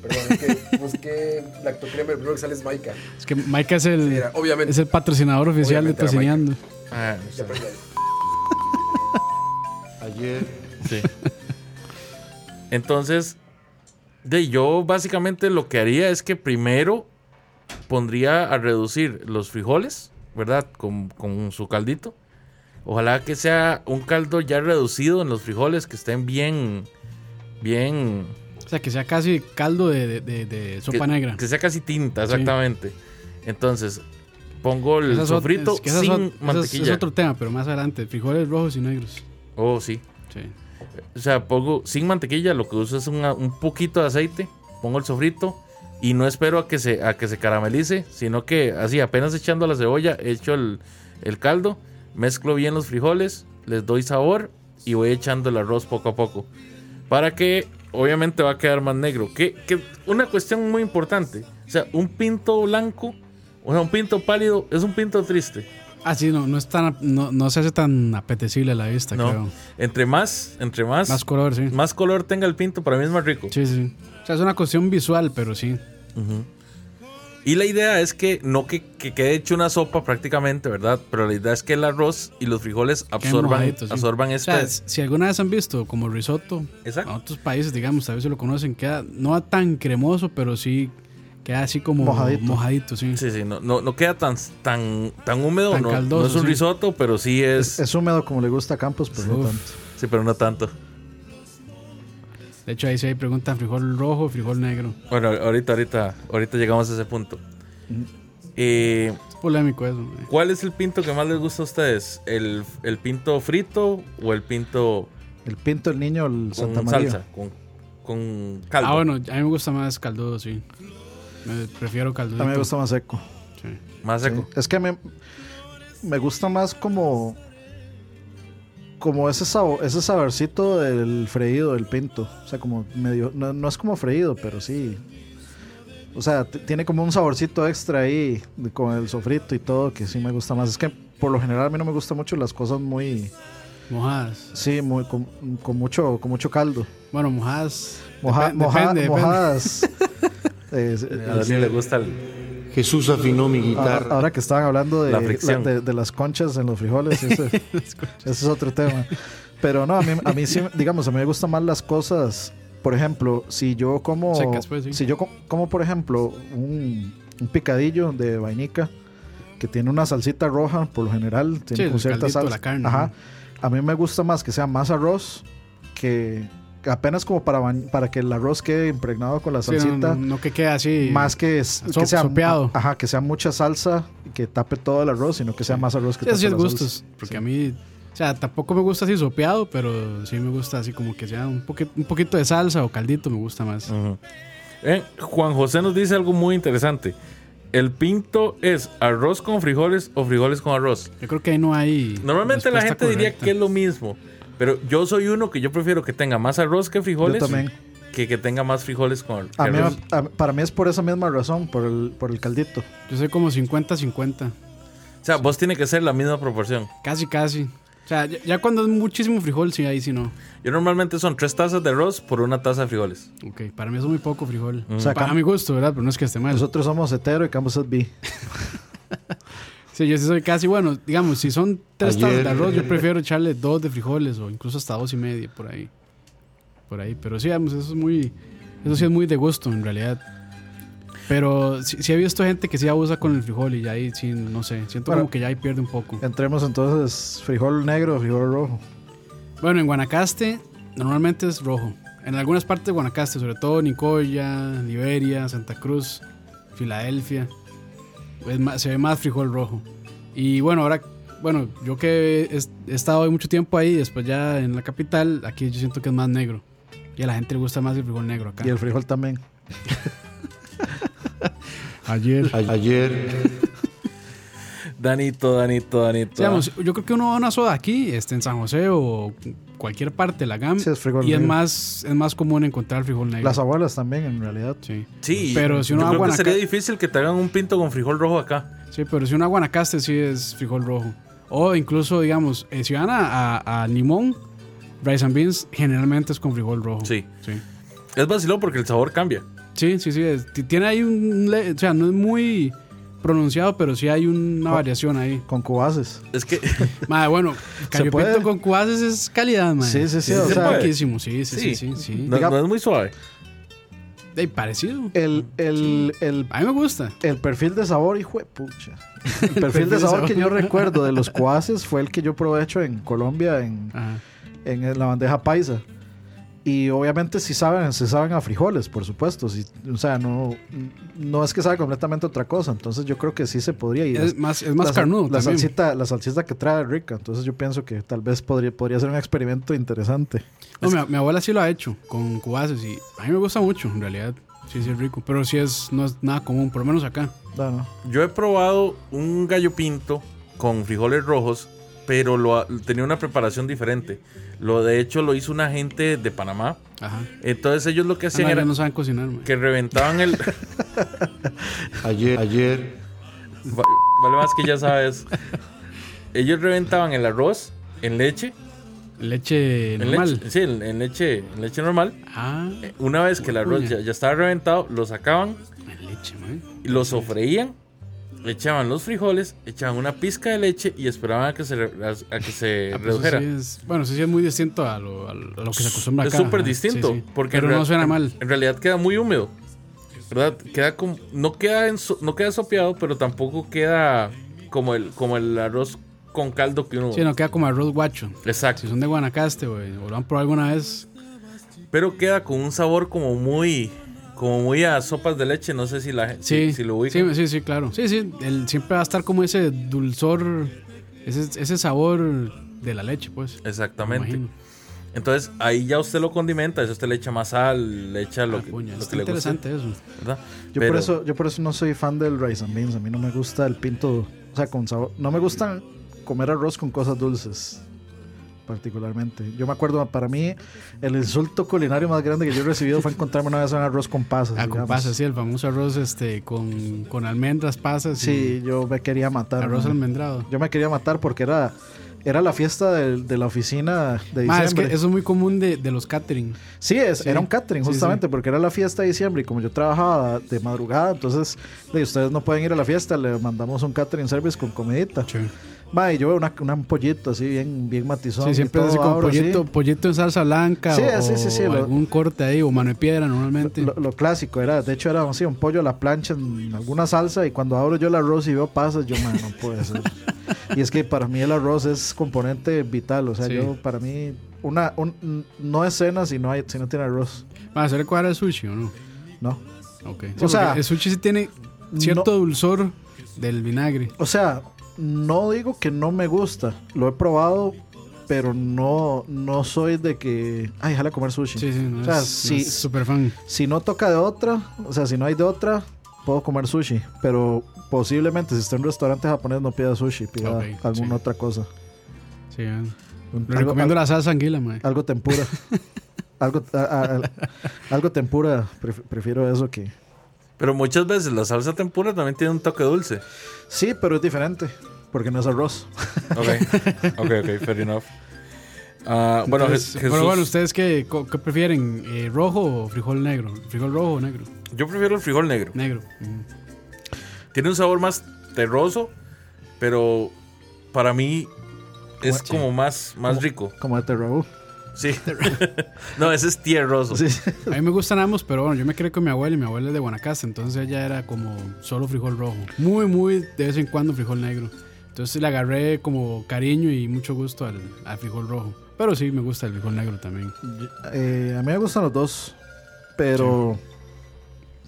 Perdón, es que busqué lactocrema, el primero que sale es Maica. Es que Maika es el, Mira, obviamente. es el patrocinador oficial Obviamente de era Maika. Tocineando. Ah, Ya aprendí ahí. Sí. Entonces, de yo básicamente lo que haría es que primero pondría a reducir los frijoles, ¿verdad? Con, con su caldito. Ojalá que sea un caldo ya reducido en los frijoles, que estén bien, bien... O sea, que sea casi caldo de, de- de- de sopa que, negra. Que sea casi tinta, Sí. exactamente. Entonces, pongo el Esa es ot- sofrito es que esa es sin ot- esa es- mantequilla. es otro tema, pero más adelante. Frijoles rojos y negros. Oh, sí. Sí. O sea, pongo sin mantequilla, lo que uso es una- un poquito de aceite, pongo el sofrito y no espero a que se, a que se caramelice, sino que así, apenas echando la cebolla, echo el, el caldo, mezclo bien los frijoles, les doy sabor y voy echando el arroz poco a poco. Para que obviamente va a quedar más negro. Que, que una cuestión muy importante, o sea, un pinto blanco, o sea, un pinto pálido es un pinto triste. Ah, sí, no, no, es tan, no, no se hace tan apetecible a la vista, No. creo. Entre más, entre más, Más más, color, sí. color tenga el pinto, para mí es más rico. Sí, sí. O sea, es una cuestión visual, pero sí. Ujú. Y la idea es que no que, que quede hecho una sopa prácticamente, ¿verdad? Pero la idea es que el arroz y los frijoles Quedan absorban, mojaditos, sí. absorban O sea, este... si alguna vez han visto como risotto, Exacto. en otros países, digamos, a veces lo conocen, queda no tan cremoso, pero sí queda así como Mojadito. mojadito, sí. Sí, sí, no, no, no queda tan, tan, tan húmedo, Tan no, caldoso, no es un sí. risotto, pero sí es, Es, es húmedo como le gusta a Campos, pero no Uf. tanto. Sí, pero no tanto. De hecho, ahí sí hay preguntan frijol rojo, frijol negro. Bueno, ahorita, ahorita, ahorita llegamos a ese punto. Eh, Es polémico eso. mae. ¿Cuál es el pinto que más les gusta a ustedes? ¿El, el pinto frito o el pinto El pinto, el niño, el con Santa María. salsa? Con, con caldo. Ah, bueno, a mí me gusta más caldudo, sí. Me prefiero caldudo. A mí me gusta más seco. Más Sí. seco. Es que a mí me gusta más como como ese sabo- ese saborcito del freído, del pinto. O sea, como medio no, no es como freído, pero sí. O sea, t- tiene como un saborcito extra ahí de- con el sofrito y todo que sí me gusta más. Es que por lo general a mí no me gustan mucho las cosas muy Mojadas. sí, muy con, con mucho con mucho caldo. Bueno, mojadas. Moja- Depe- moja- depende, depende. mojadas. Eh, s- A Dani le gusta el... Jesús afinó mi Ahora, guitarra. ahora que estaban hablando de, La la- fricción. de- de las conchas en los frijoles, ese, ese es otro tema. Pero no, a mí, a mí sí, digamos, a mí me gustan más las cosas. Por ejemplo, si yo como. Secas, pues, sí. Si yo co- como, por ejemplo, un, un picadillo de vainica que tiene una salsita roja, por lo general, tiene Sí, con el cierta caldito de salsa. la carne, Ajá. ¿no? A mí me gusta más que sea más arroz que apenas como para, bañ- para que el arroz quede impregnado con la Sí, no- salsita no, no que quede así. más que, es- Ah, so- que sea sopeado. Ajá, que sea mucha salsa y que tape todo el arroz, sino que sea más arroz que Sí, así es tape la gustos. salsa. Porque a mí, o sea, tampoco me gusta así sopeado, pero sí me gusta así como que sea un, poqui- un poquito de salsa o caldito, me gusta más. Ah. Ujú. Eh, Juan José nos dice algo muy interesante. ¿El pinto es arroz con frijoles o frijoles con arroz? Yo creo que ahí no hay. Normalmente la gente respuesta diría correcta. que es lo mismo. Pero yo soy uno que yo prefiero que tenga más arroz que frijoles Yo también. que que tenga más frijoles con A que mí- arroz. a- para mí es por esa misma razón, por el, por el caldito. Yo soy como 50-50. O sea, vos tiene que ser la misma proporción. Casi, casi. O sea, ya, ya cuando es muchísimo frijol, sí, ahí sí no. Yo normalmente son tres tazas de arroz por una taza de frijoles. Ok, para mí eso es muy poco frijol. O sea, Para Cam- mi gusto, ¿verdad? Pero no es que esté mal. nosotros somos hetero y Campos es bi. Sí, yo sí soy casi, bueno, digamos, si son tres Ayer- tazas de arroz, yo prefiero echarle dos de frijoles o incluso hasta dos y media por ahí. Por ahí, pero sí, digamos, eso es muy, eso sí es muy de gusto en realidad. Pero sí, sí he visto gente que sí abusa con el frijol y ya ahí sí, no sé, siento Bueno. como que ya ahí pierde un poco. Entremos entonces frijol negro, frijol rojo. Bueno, en Guanacaste normalmente es rojo. En algunas partes de Guanacaste, sobre todo Nicoya, Liberia, Santa Cruz, Filadelfia, es más- se ve más frijol rojo. Y bueno, ahora, bueno, yo que es- he estado mucho tiempo ahí, después ya en la capital, aquí yo siento que es más negro. Y a la gente le gusta más el frijol negro acá. Y el frijol también. Ayer. A- Ayer Danito, Danito, Danito. Digamos, yo creo que uno va a una soda aquí, este, en San José o cualquier parte, la GAM, Sí, es frijol y es negro. más, es más común encontrar frijol negro. Las abuelas también, en realidad. sí. sí, pero si uno yo va a creo que Guanaca- sería difícil que te hagan un pinto con frijol rojo acá. Sí, pero si una guanacaste sí es frijol rojo. O incluso, digamos, eh, si van a, a- a limón, rice and beans generalmente es con frijol rojo. Sí. Sí, Es vacilón porque el sabor cambia. sí, sí. sí, es- ti- tiene ahí un... le- o sea, no es muy pronunciado, pero sí hay una variación ahí. Con cubaces. Es que Madre, bueno, puede? cariopito con cuaces es calidad, madre. Sí, sí, sí, o Es sea- riquísimo, sí, sí, Sí. sí, sí. sí. no, Diga- no es muy suave. Ey, parecido. El, el, el A mí me gusta. El perfil de sabor, hijo de pucha. El perfil de sabor que yo recuerdo de los cuaces fue el que yo probé hecho en Colombia, en, Ajá. en la bandeja paisa. Y obviamente si saben, se saben a frijoles, por supuesto. Si, o sea, no, no es que sabe completamente otra cosa. Entonces yo creo que sí se podría ir. Es más, es más la, sal- carnudo la también. salsita, la salsita que trae es rica. Entonces yo pienso que tal vez podría, podría ser un experimento interesante. No, mi, mi abuela sí lo ha hecho con cubaces y a mí me gusta mucho, en realidad. Sí, sí es rico, pero sí es, no es nada común, por lo menos acá. No, no. Yo he probado un gallo pinto con frijoles rojos, pero lo, ha- tenía una preparación diferente. Lo de hecho lo hizo una gente de Panamá. Ajá. Entonces ellos lo que Ah, no, hacían ellos era no saben cocinar, man. que reventaban el... ayer, ayer, Va- Vale más que ya sabes. Ellos reventaban el arroz en leche. Leche En normal. leche sí, en, en leche, en leche normal. Ah, Una vez que el arroz ya, ya estaba reventado, lo sacaban, leche, man. Lo sofreían, le echaban los frijoles, echaban una pizca de leche y esperaban a que se, re- a, a que se Ah, pues eso redujera. sí es- bueno, eso sí es muy distinto a lo, a lo- a lo que se acostumbra Es acá. súper ajá. distinto. Sí, sí. Porque Pero en real- no suena en- mal. En realidad queda muy húmedo. ¿Verdad? Queda como. No queda, en so- no queda sopeado, pero tampoco queda como el, como el arroz con caldo que uno. Sí, no queda como arroz guacho. Exacto. Si son de Guanacaste, güey, o lo han probado alguna vez, Pero queda con un sabor como muy. Como muy a sopas de leche. No sé si la gen- Sí, si, si lo sí, ubican. sí, sí, claro. Sí, sí, el- siempre va a estar como ese dulzor, ese, ese sabor de la leche, pues. me Exactamente. imagino. Entonces ahí ya usted lo condimenta. Eso usted le echa más sal, le echa lo, Ah, que- puña, lo está que le gusta. interesante eso. ¿verdad? Yo Pero- por eso, yo por eso no soy fan del rice and beans. A mí no me gusta el pinto, o sea, con sabor. No me gustan comer arroz con cosas dulces, particularmente. Yo me acuerdo, para mí el insulto culinario más grande que yo he recibido fue encontrarme una vez un arroz con pasas. Ah, con Pues digamos. pasas, sí, el famoso arroz este, con, con almendras, pasas Sí, yo me quería y matar. arroz ¿no? almendrado. Yo me quería matar porque era, era la fiesta del- de, la oficina de Ma, diciembre. es que eso es muy común de, de los catering. Sí, es, Sí. era un catering, Sí, justamente, porque era la fiesta de diciembre y como yo trabajaba de madrugada, entonces de, ustedes no pueden ir a la fiesta, le mandamos un catering service con comidita. Va, y yo veo una, una- un pollito así, bien, bien matizón. Sí, y siempre todo, así con abro así, pollito, pollito en salsa blanca Sí, o sí, sí, sí, o lo- algún corte ahí o mano de piedra normalmente. Lo, lo clásico era, de hecho, era así, un pollo a la plancha en alguna salsa. Y cuando abro yo el arroz y veo pasas, yo, man, no puede ser. y es que para mí el arroz es componente vital. O sea, Sí. yo, para mí, una, un- no es cena si no, hay, si no tiene arroz. Ma, ¿se le cuadra el sushi o no? No. Ok. O Sí, o sea, sea, el sushi sí tiene cierto dulzor del vinagre. O sea, no digo que no me gusta. Lo he probado, pero no, no soy de que. Ay, jala comer sushi. Sí, sí, no o sea, es, si, super fan. si no toca de otra, o sea, si no hay de otra, puedo comer sushi. Pero posiblemente si está en un restaurante japonés no pida sushi, pida Ok, alguna sí. otra cosa. Sí, eh. Un- Le algo, recomiendo al- la salsa anguila, mae. algo tempura. algo, a- a- a- algo tempura, pref- prefiero eso que. Pero muchas veces la salsa tempura también tiene un toque dulce. Sí, pero es diferente, porque no es arroz. Ok, ok, ok, fair enough. Ah, bueno, Entonces, Je- Jesús, pero bueno, ¿ustedes qué, co- qué prefieren? Eh, ¿Rojo o frijol negro? ¿Frijol rojo o negro? yo prefiero el frijol negro. Negro. Mm. Tiene un sabor más terroso, pero para mí es Guache. como más, más rico. Como de terrabú. Sí. no, ese es tierroso. Sí. A mí me gustan ambos, pero bueno, yo me crié con mi abuela y mi abuela es de Guanacaste, entonces ella era como solo frijol rojo. Muy, muy de vez en cuando frijol negro. Entonces le agarré como cariño y mucho gusto al, al frijol rojo. Pero sí, me gusta el frijol negro también. Eh, a mí me gustan los dos, pero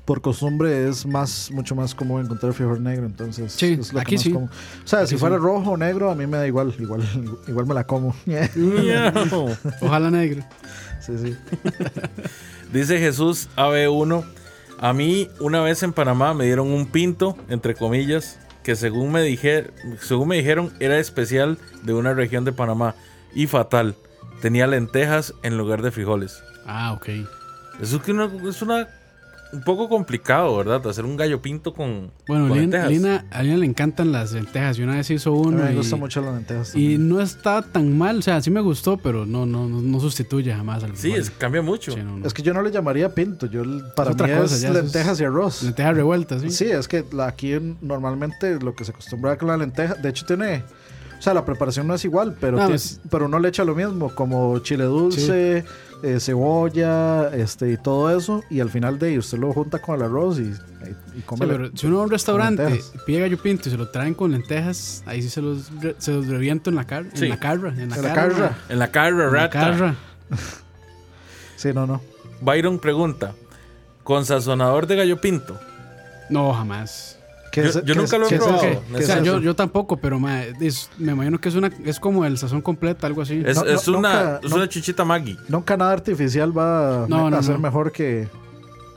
por costumbre es más mucho más común encontrar frijol negro, entonces Sí, es lo que aquí más sí. como. O sea, si sí. fuera rojo o negro a mí me da igual, igual igual me la como. Miau. Ojalá negro. sí, sí. Dice Jesús AB1. A mí una vez en Panamá me dieron un pinto, entre comillas, que según me, dije, según me dijeron era especial de una región de Panamá y fatal. Tenía lentejas en lugar de frijoles. Ah, ok. Eso es que una- es una un poco complicado, ¿verdad? Hacer un gallo pinto con, Bueno, con Lin- lentejas. Lina, a Lina le encantan las lentejas. Yo una vez hizo A mí uno. me y- gustan mucho las lentejas. Y también. no está tan mal, o sea, sí me gustó, pero no, no, no, no sustituye jamás al Sí, frijol. es, cambia mucho. Sí, no, no. Es que yo no le llamaría pinto, yo para Es otra mí cosa, es ya, eso es- lentejas y arroz. Lentejas revueltas, ¿sí? Sí, es que la- aquí en- normalmente lo que se acostumbra con la lenteja, de hecho tiene, o sea, la preparación no es igual, pero, No, tiene- es- pero uno le echa lo mismo, como chile dulce, eh, cebolla, este y todo eso, y al final de ahí usted lo junta con el arroz y, y, y Sí, come. pero si uno va a un restaurante, lentejas. pide gallo pinto y se lo traen con lentejas, ahí sí se los, re- se los reviento en la, car Sí. en la carra. En la, En la carra. carra. En la carra, En la rata. carra. Sí, no, no. Byron pregunta, ¿con sazonador de gallo pinto? No, jamás. ¿Qué Yo- yo nunca lo he qué eso? probado. ¿Qué O O es sea, eso? yo, yo tampoco, pero ma, es- me imagino que es una es como el sazón completo, algo así. Es, No, no, es una, nunca- es no- una chichita Maggi. Nunca nada artificial va a- No, a no, ser no. mejor que,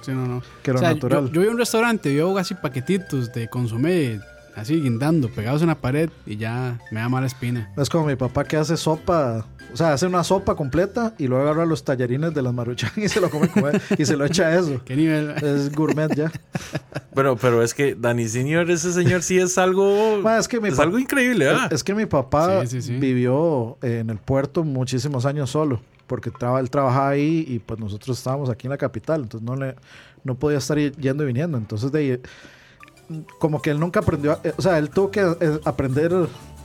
Sí, no, no. que lo O sea, yo- natural. Yo, vi un restaurante, vio así paquetitos de consomé, así guindando, pegados en la pared y ya me da mala espina. Es como mi papá que hace sopa, o sea, hace una sopa completa y luego agarra los tallarines de las maruchan y se lo come con- y se lo echa a eso. ¿Qué nivel? Es gourmet ya. Pero, pero es que Dani Senior, ese señor sí es algo. Ma, es que mi es pa- algo increíble, ¿verdad? Es que mi papá Sí, sí, sí. vivió eh, en el puerto muchísimos años solo. porque traba, él trabajaba ahí y pues nosotros estábamos aquí en la capital, entonces no, le, no podía estar yendo y viniendo. Entonces, de ahí, como que él nunca aprendió, a- eh, o sea, él tuvo que eh, aprender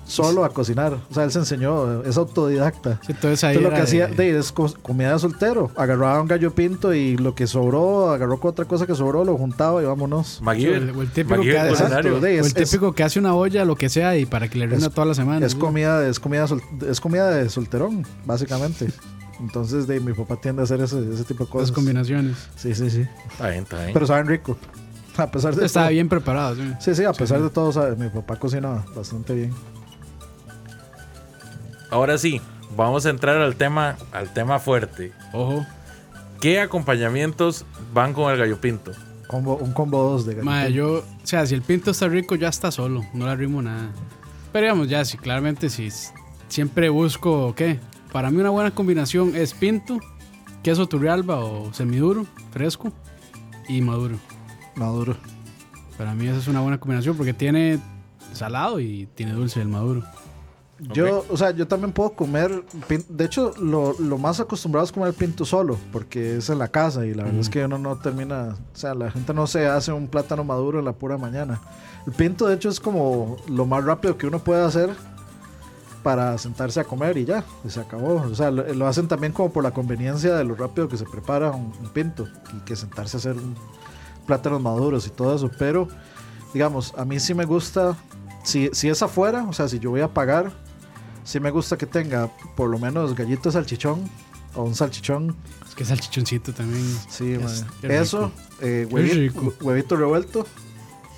solo a cocinar, o sea, él se enseñó, es autodidacta. Sí, entonces ahí Entonces lo era que hacía de- de, es co- comida de soltero, agarraba un gallo pinto y lo que sobró, agarró con otra cosa que sobró, lo juntaba y vámonos. Sí, MacGyver. el- o el típico MacGyver que hace- culinario. Exacto, de ahí, o es- el típico que hace una olla, lo que sea, y para que le rinda es- toda la semana. Es Ah, ¿no? comida, es comida, sol- es comida de solterón, básicamente. Entonces, de mi papá tiende a hacer ese, ese tipo de Las cosas. combinaciones. Sí, sí, sí. Está bien, está bien. Pero saben rico. A pesar de Estaba todo. bien preparado. sí. Sí, sí, a pesar de todo, sabe, mi papá cocinaba bastante bien. Ahora sí, vamos a entrar al tema, al tema fuerte. Ojo. ¿Qué acompañamientos van con el gallo pinto? Combo, un combo 2 de gallo. Mae, pinto. yo, o sea, si el pinto está rico, ya está solo, no le arrimo nada. Pero digamos, ya, si claramente, si s- siempre busco, ¿qué? Para mí una buena combinación es pinto, queso turrialba o semiduro, fresco y maduro. Maduro. Para mí esa es una buena combinación porque tiene salado y tiene dulce el maduro. Yo, o sea, yo también puedo comer. pin- De hecho, lo, lo más acostumbrado es comer pinto solo, porque es en la casa y la verdad es que uno no termina. O sea, la gente no se hace un plátano maduro en la pura mañana. El pinto, de hecho, es como lo más rápido que uno puede hacer para sentarse a comer y ya, y se acabó. O sea, lo, lo hacen también como por la conveniencia de lo rápido que se prepara un, un pinto y que sentarse a hacer un- plátanos maduros y todo eso, pero digamos, a mí sí me gusta, si, si es afuera, o sea, si yo voy a pagar, sí me gusta que tenga por lo menos gallito de salchichón o un salchichón. Es que salchichoncito también. Sí, Es- mae. qué rico. Eso, eh, Qué huevi- rico. hue- huevito revuelto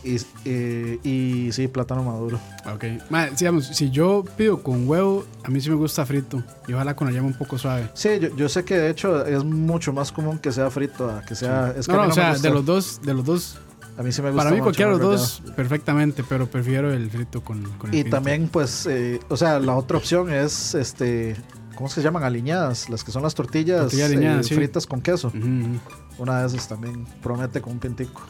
y, eh, y sí, plátano maduro. Ah, Ok. Mae, digamos, si yo pido con huevo, a mí sí me gusta frito y ojalá con la llama un poco suave. Sí, yo, yo sé que de hecho es mucho más común que sea frito a que sea... Es que no, a no, mí o no me sea, gusta. de los dos, de los dos A mí sí me gusta Para mí mucho cualquiera de los más dos perfectamente, pero prefiero el frito con, con el Y pinto. también, pues, eh, o sea, la otra opción es, este, ¿cómo es que se llaman? Aliñadas, las que son las tortillas Tortilla aliñada, eh, sí. Mm. fritas con queso. Ujú, ujú. Una de esas también promete con un pintico.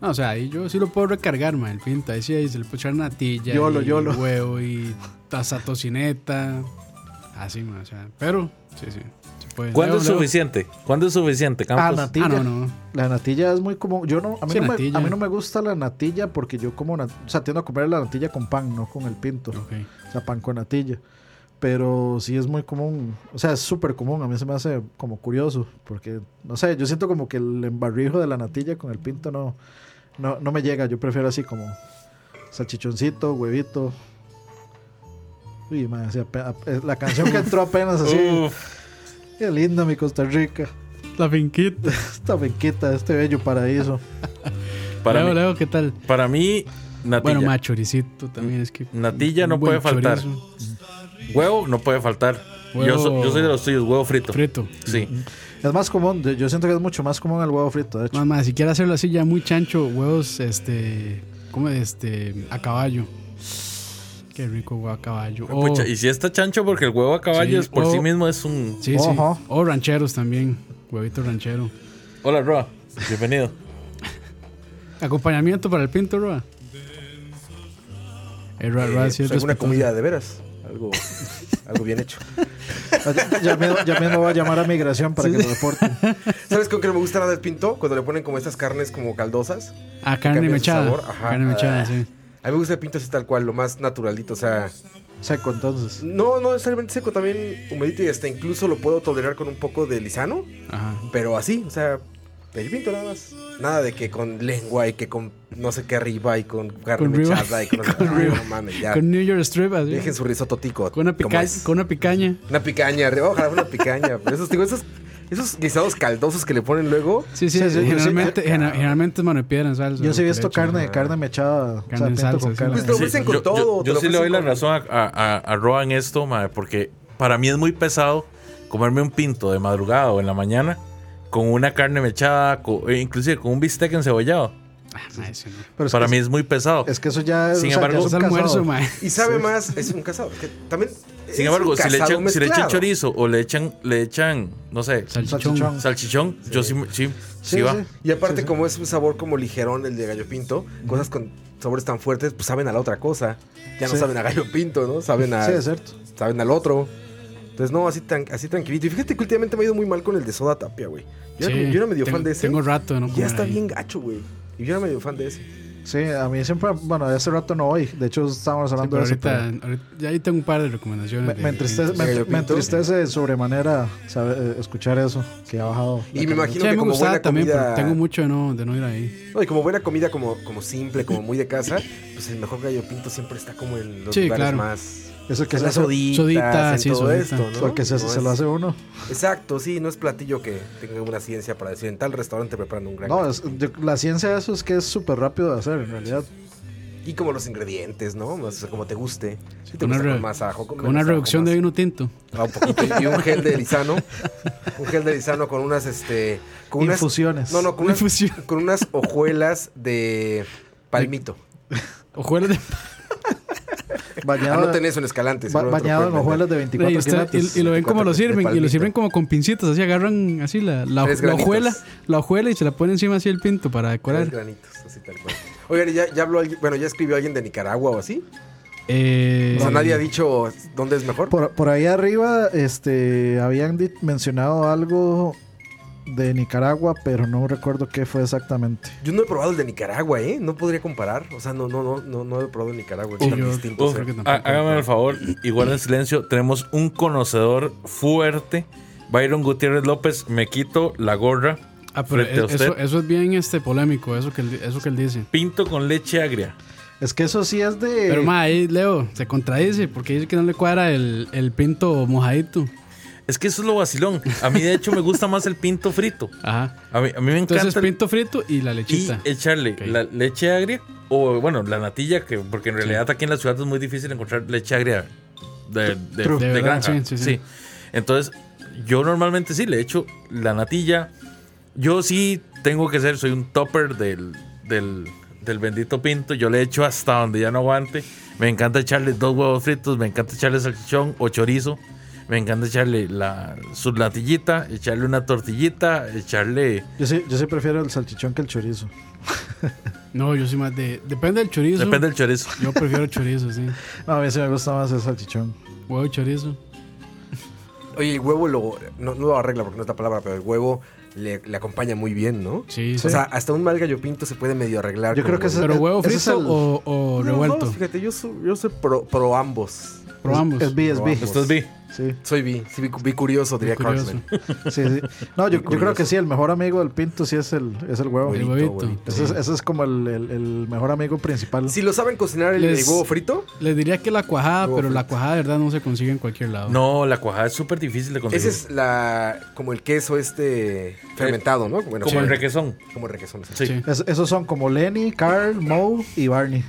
No, o sea, ahí yo sí lo puedo recargar, ma, el pinto. Ahí sí ahí se le puede echar natilla, Yolo, y yolo. huevo y taza tocineta. Así, ma, o sea, pero sí, sí. se puede. ¿Cuándo Luego, es luego- suficiente? ¿Cuándo es suficiente, Campos? Ah, natilla. Ah, no, no. La natilla es muy común. Yo no, a mí, Sí, no me, natilla. a mí no me gusta la natilla porque yo como, nat- o sea, tiendo a comer la natilla con pan, no con el pinto. Ok. O sea, pan con natilla. Pero sí es muy común, o sea, es súper común. A mí se me hace como curioso porque, no sé, yo siento como que el embarrijo de la natilla con el pinto no, no, no me llega. Yo prefiero así como salchichoncito, huevito. Uy, madre, sí, ape- ape- la canción que entró apenas así. Uf, Qué linda mi Costa Rica. La finquita. Esta benquita, este bello paraíso. para, luego, mí, luego, ¿qué tal? para mí, natilla. Bueno, ma, choricito también es que... Natilla un no buen puede faltar. chorizo Huevo no puede faltar. Yo, Huevo- so- yo soy de los tuyos, huevo frito. Frito. Mm. Sí. Es más común, yo- yo siento que es mucho más común el huevo frito, de hecho. Mamá, si quiere hacerlo así ya muy chancho, huevos, este, ¿cómo es? este? A caballo. Qué rico huevo a caballo. O, Pucha, y si está chancho, porque el huevo a caballo Oh. Sí, Oh. es por o- sí mismo es un. sí, sí. Ojo. O rancheros también, huevito ranchero. Hola, Roa. Bienvenido. Acompañamiento para el pinto, Roa. El Roa, Roa sí es Eh, pues, alguna respetuoso. comida de veras. Algo, algo bien hecho. Ya, ya mismo, ya mismo voy a llamar a migración para que lo reporten. ¿Sabes con qué no me gusta nada del pinto? Cuando le ponen como estas carnes como caldosas. Ah, carne cambia su mechada. sabor, ajá, carne mechada, ah. sí. A mí me gusta el pinto así tal cual, lo más naturalito. O sea, Seco, entonces. no, no necesariamente seco, también humedito y hasta incluso lo puedo tolerar con un poco de lisano. Ajá. Pero así, o sea, el pinto nada más. Nada de que con lengua y que con no sé qué arriba y con carne Con ribeye, mechada y con, no sé- con Ay, no ribeye. mames, ya. Con New York Strip, así. Dejen su risotto tico. Con una, como pica- es. con una picaña. Una picaña, arriba, ojalá fuera una picaña. Pero esos, digo, esos, esos guisados caldosos que le ponen luego. Sí, sí, Sí, sí, yo sí- generalmente, gena- generalmente es mano de piedra en salsa. Yo sí he lo que visto le echan. carne, carne mechada. o sea, Carne en pinto salsa, con sí, carne. Pues, Te lo Sí, ofrecen con yo, todo, yo- te yo lo sí le doy ofrecen la con- razón a, a- a- a Roa en esto, madre, porque para mí es muy pesado comerme un pinto de madrugada o en la mañana con una carne mechada, co- e inclusive con un bistec encebollado. Ah, ma, ese no. Pero es para que- mí es muy pesado. Es que eso ya es. Sin embargo, ya Es un almuerzo, casado. ma. Y sabe más, es un casado. que también. es Sin embargo, un si le, casado echan, si le echan mezclado. chorizo o le echan, le echan, no sé, Salchichón. Salchichón. salchichón, yo sí, me- sí, sí Sí, va. sí. Y aparte, como es un sabor como ligerón el de gallo pinto, cosas con sabores tan fuertes, pues saben a la otra cosa. Ya no Sí. saben a gallo pinto, ¿no? Saben a. Sí, es cierto. Saben al otro. Entonces, no, así, tan, así tranquilito. Y fíjate que últimamente me ha ido muy mal con el de Soda Tapia, güey. Yo, Sí, era, yo era medio tengo- fan de ese. Tengo rato de no y ya comer está ahí. bien gacho, güey. Y yo era medio fan de ese. Sí, a mí siempre, bueno, de hace rato no hoy. De hecho, estábamos Sí, hablando pero de eso. ahorita, pero ahorita- ya ahí tengo un par de recomendaciones. me, de- me entristece, de- me- Gallo me Pinto. entristece de sobremanera saber- eh, escuchar eso, que ha bajado. la Y me calidad. Sí, imagino a que mí me como gustaba buena también, comida. pero tengo mucho de no, de no ir ahí. No, y como buena comida, como, como simple, como muy de casa, pues el mejor gallo pinto siempre está como en los Sí, lugares claro. más. Eso que en se las hace, soditas, sodita, en sí, todo sodita. esto, ¿no? porque se, No se es- lo hace uno. Exacto, sí, no es platillo que tenga una ciencia para decir en tal restaurante preparan un gran. No, es- yo- la ciencia de eso es que es súper rápido de hacer, en realidad. Y como los ingredientes, ¿no? O sea, como te guste. Si te Con una gusta re- con más ajo, con Con una menos ajo, reducción más- de vino tinto. Ah, un poquito. Y un gel de lisano. Un gel de lisano con unas, este. Con unas, Infusiones. No, no, con unas, Infusión. con unas hojuelas de palmito. Ojuelas de... Bañado, Anoten eso en Escalante. ba- seguramente lo bañado en pueden vender. hojuelas de y, 24 está- quilates. y- y lo ven como lo de sirven. Y lo palmito. sirven como con pincitas. Así agarran así la, la, Tres la granitos. hojuela. La hojuela y se la ponen encima así el pinto para Tres decorar. granitos, así tal cual. Oigan, ¿y ¿ya, ya habló alguien, bueno, ya escribió alguien de Nicaragua o así. Eh, O sea, nadie ha dicho dónde es mejor. Por, por ahí arriba este, habían di- mencionado algo de Nicaragua, pero no recuerdo qué fue exactamente. Yo no he probado el de Nicaragua, ¿eh? No podría comparar. O sea, no, no, no, no, no he probado el de Nicaragua. Sí, tan yo- distinto, Uf, o sea. creo que tampoco. Ah, Hágame el favor y guarden silencio. Tenemos un conocedor fuerte. Byron Gutiérrez López, me quito la gorra. Ah, pero frente a es- eso, usted. eso es bien este polémico, eso que él, eso que él dice. Pinto con leche agria. Es que eso sí es de. Pero más ahí Leo se contradice porque dice que no le cuadra el, el pinto mojadito. Es que eso es lo vacilón. A mí, de hecho, me gusta más el pinto frito. Ajá. A mí, a mí me encanta. Entonces el- pinto frito y la y lechita. echarle Ok. la leche agria o, bueno, la natilla, que porque en realidad aquí en la ciudad es muy difícil encontrar leche agria de, de- True. de De verdad, granja. sí, sí, sí. Sí. Entonces, yo normalmente sí le echo la natilla. Yo sí tengo que ser, soy un topper del, del, del bendito pinto. Yo le echo hasta donde ya no aguante. Me encanta echarle dos huevos fritos, me encanta echarle salchichón o chorizo. Me encanta echarle la, su natillita, echarle una tortillita, echarle... Yo, sí, yo sí prefiero el salchichón que el chorizo. No, yo soy más de. Depende del chorizo. Depende del chorizo. Yo prefiero chorizo, sí. No, a mí sí me gusta más el salchichón. Huevo y chorizo. Oye, el huevo lo, no, no lo arregla porque no es la palabra, pero el huevo le, le acompaña muy bien, ¿no? Sí, sí. O sea, hasta un mal gallo pinto se puede medio arreglar. Yo con creo que huevo. ese- Pero huevo e-, ese frito es el- o, o Los revuelto. dos, fíjate, yo, soy- yo soy pro, pro ambos. Probamos. Es B, es Lo B. amo. Esto es vi. Sí, Soy bi, sí, bi, bi curioso, diría curioso. Cartman. sí, sí. No, yo, yo curioso. creo que sí, el mejor amigo del pinto sí es el, es el huevo. El Huevito, huevito. huevito. Ese es, ese es como el, el- el mejor amigo principal. Si lo saben cocinar el, Les- el huevo frito, Les diría que la cuajada, Huevo pero la frito. cuajada de verdad no se consigue en cualquier lado. No, la cuajada es súper difícil de ese conseguir. es la como el queso este fermentado, ¿no? Bueno, como sí, el requesón. como el requesón. sí. Sí. Sí. Es- esos son como Lenny, Carl, Moe y Barney.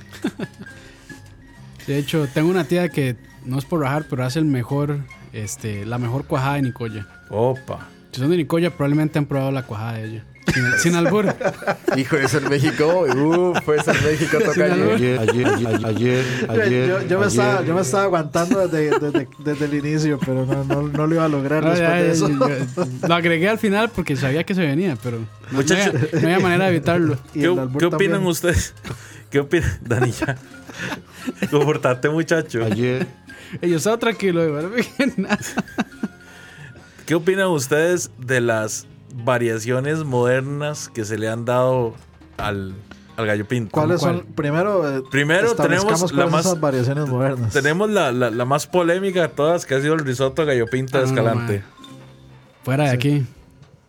De hecho, tengo una tía que no es por rajar, pero hace el mejor, este, la mejor cuajada de Nicoya. Opa. Si son de Nicoya, probablemente han probado la cuajada de ella. Sin, sin albur. Hijo, eso en México. Uf, fue eso en México, tocayo. Ayer, ayer, ayer, ayer, ayer. yo, yo me ayer. estaba, yo me estaba aguantando desde, desde- desde el inicio, pero no, no, no lo iba a lograr Ay, después de ay, eso. yo- lo agregué al final porque sabía que se venía, pero no, no había, Muchacho. no había manera de evitarlo. Y ¿Qué, el albur qué opinan también. ustedes? ¿Qué opinan, Dani? Ya. Comportate, muchacho. Ayer. Y yo estaba tranquilo, de verdad, que nada. ¿Qué opinan ustedes de las variaciones modernas que se le han dado al, al gallo pinto? ¿Cuáles ¿Cuál? son? Primero, eh, Primero establezcamos tenemos la cuáles más- son esas variaciones modernas. Tenemos la, la- la más polémica de todas, que ha sido el risotto gallo pinto de Ah, no, Escalante. Fuera de aquí.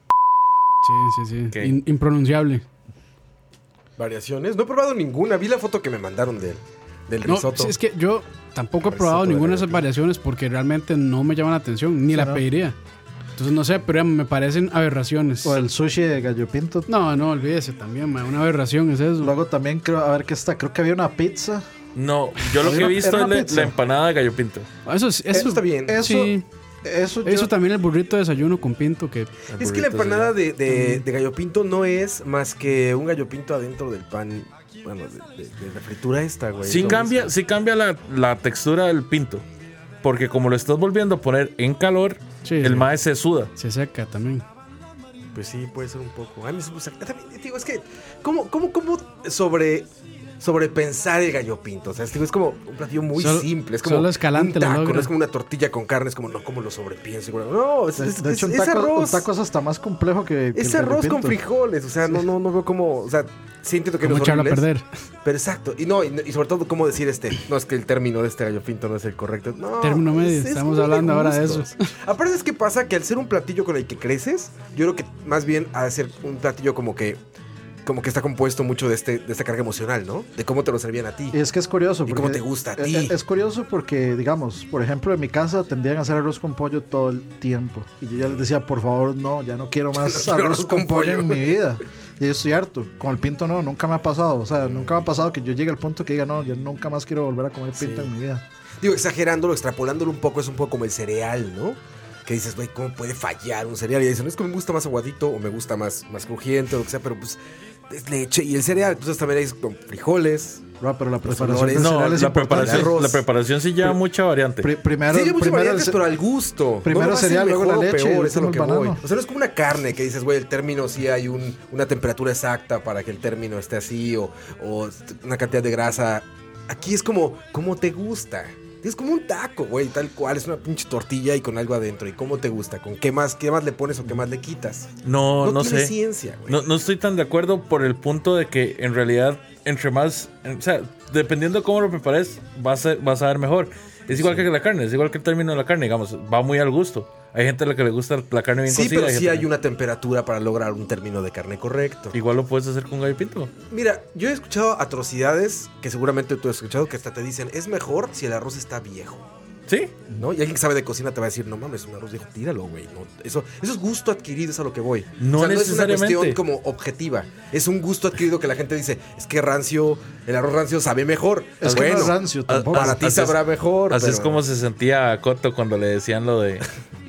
Sí, sí, sí. Ok. In- impronunciable. Variaciones. No he probado ninguna. Vi la foto que me mandaron del, del No, risotto. sí, es que yo tampoco he Risotto probado de ninguna de esas gallo. variaciones porque realmente no me llaman la atención, ni la ¿no? pediría. Entonces no sé, pero me parecen aberraciones. O el sushi de gallo pinto. No, no, olvídese también, ma, una aberración es eso. Luego también creo, a ver qué está, creo que había una pizza. No, yo lo Era que he una- visto era es una la, pizza. la empanada de gallo pinto. Eso, es- eso, Eso está bien. Eso, Sí. eso, yo- Eso también el burrito de desayuno con pinto que Es que la empanada de, de, de gallo pinto no es más que un gallo pinto adentro del pan. Bueno, de, de- de la fritura esta, güey. Sí Lo cambia, mismo. sí cambia la, la textura del pinto. Porque como lo estás volviendo a poner en calor, Sí, el sí. maíz se suda. se seca también. ah, Pues sí, puede ser un poco. Ay, me supo sac- También, digo, es que. ¿Cómo, cómo, cómo sobre sobrepensar el gallo pinto. O sea, este güey es como un platillo muy Solo- simple. Es como solo Escalante un lo taco, logra. no es como una tortilla con carne. Es como, no, como lo sobrepienso. Y bueno, No, es, De, es- de hecho, es- un es taco, arroz. un taco es hasta más complejo que. que el es gallo arroz con pinto. frijoles. O sea, no, no, no veo cómo. O sea, sí entiendo que no Como es echarlo a horrible, perder. Pero exacto. Y no, y, y sobre todo, cómo decir este. No, es que el término de este gallo pinto no es el correcto. No, Término medio, es- es estamos muy hablando ahora de gustos. Aparte es que pasa que al ser un platillo con el que creces, yo creo que más bien al ser un platillo como que. Como que está compuesto mucho de, este, de esta carga emocional, ¿no? De cómo te lo servían a ti. Y es que es curioso. ¿Y porque cómo te gusta a e- ti? e- Es, curioso porque, digamos, por ejemplo, en mi casa tendrían a hacer arroz con pollo todo el tiempo. Y yo ya les decía, por favor, no, ya no quiero más quiero arroz con, pollo, en mi vida. Y yo estoy harto. Con el pinto no, nunca me ha pasado. O sea, nunca me ha pasado que yo llegue al punto que diga, no, yo nunca más quiero volver a comer pinto en mi vida. Digo, exagerándolo, extrapolándolo un poco, es un poco como el cereal, ¿no? Que dices, güey, ¿cómo puede fallar un cereal? Y dicen, es que me gusta más aguadito o me gusta más, más crujiente o lo que sea, pero pues es leche. Y el cereal, pues también hay con frijoles. Ra, pero la preparación olores. del No, cereal No, es la importante. preparación, arroz. la preparación sí lleva mucha variante. Pri- primero, sí, hay muchas primero el variantes, ce- pero al gusto. No primero lo vas a hacer cereal, luego mejor la o leche, Peor, eso y es lo último que el voy. banano. O sea, no es como una carne que dices, güey, el término sí hay un- una temperatura exacta para que el término esté así o, o una cantidad de grasa. Aquí es como, como te gusta. Es como un taco, güey, tal cual. Es una pinche tortilla y con algo adentro. ¿Y cómo te gusta? ¿Con qué más, qué más le pones o qué más le quitas? No, no, tiene sé. ciencia, güey. No, no estoy tan de acuerdo por el punto de que en realidad, entre más. en- o sea, dependiendo cómo lo prepares, vas a, vas a ver mejor. Es igual que la carne, es igual que el término de la carne, digamos, va muy al gusto. Hay gente a la que le gusta la carne bien sí, cocida. pero hay sí gente hay que no. una temperatura para lograr un término de carne correcto. Igual lo puedes hacer con gallo pinto. Mira, yo he escuchado atrocidades que seguramente tú has escuchado que hasta te dicen, es mejor si el arroz está viejo. Sí, ¿no? Y alguien que sabe de cocina te va a decir, no mames, un arroz viejo, tíralo, güey. No, eso, eso es gusto adquirido, es a lo que voy. No es una necesariamente. cuestión como objetiva. Es un gusto adquirido que la gente dice, es que rancio, el arroz rancio sabe mejor. Es que no bueno, es rancio tampoco. para ti Así es- sabrá mejor. así es pero- como se sentía a Coto cuando le decían lo de,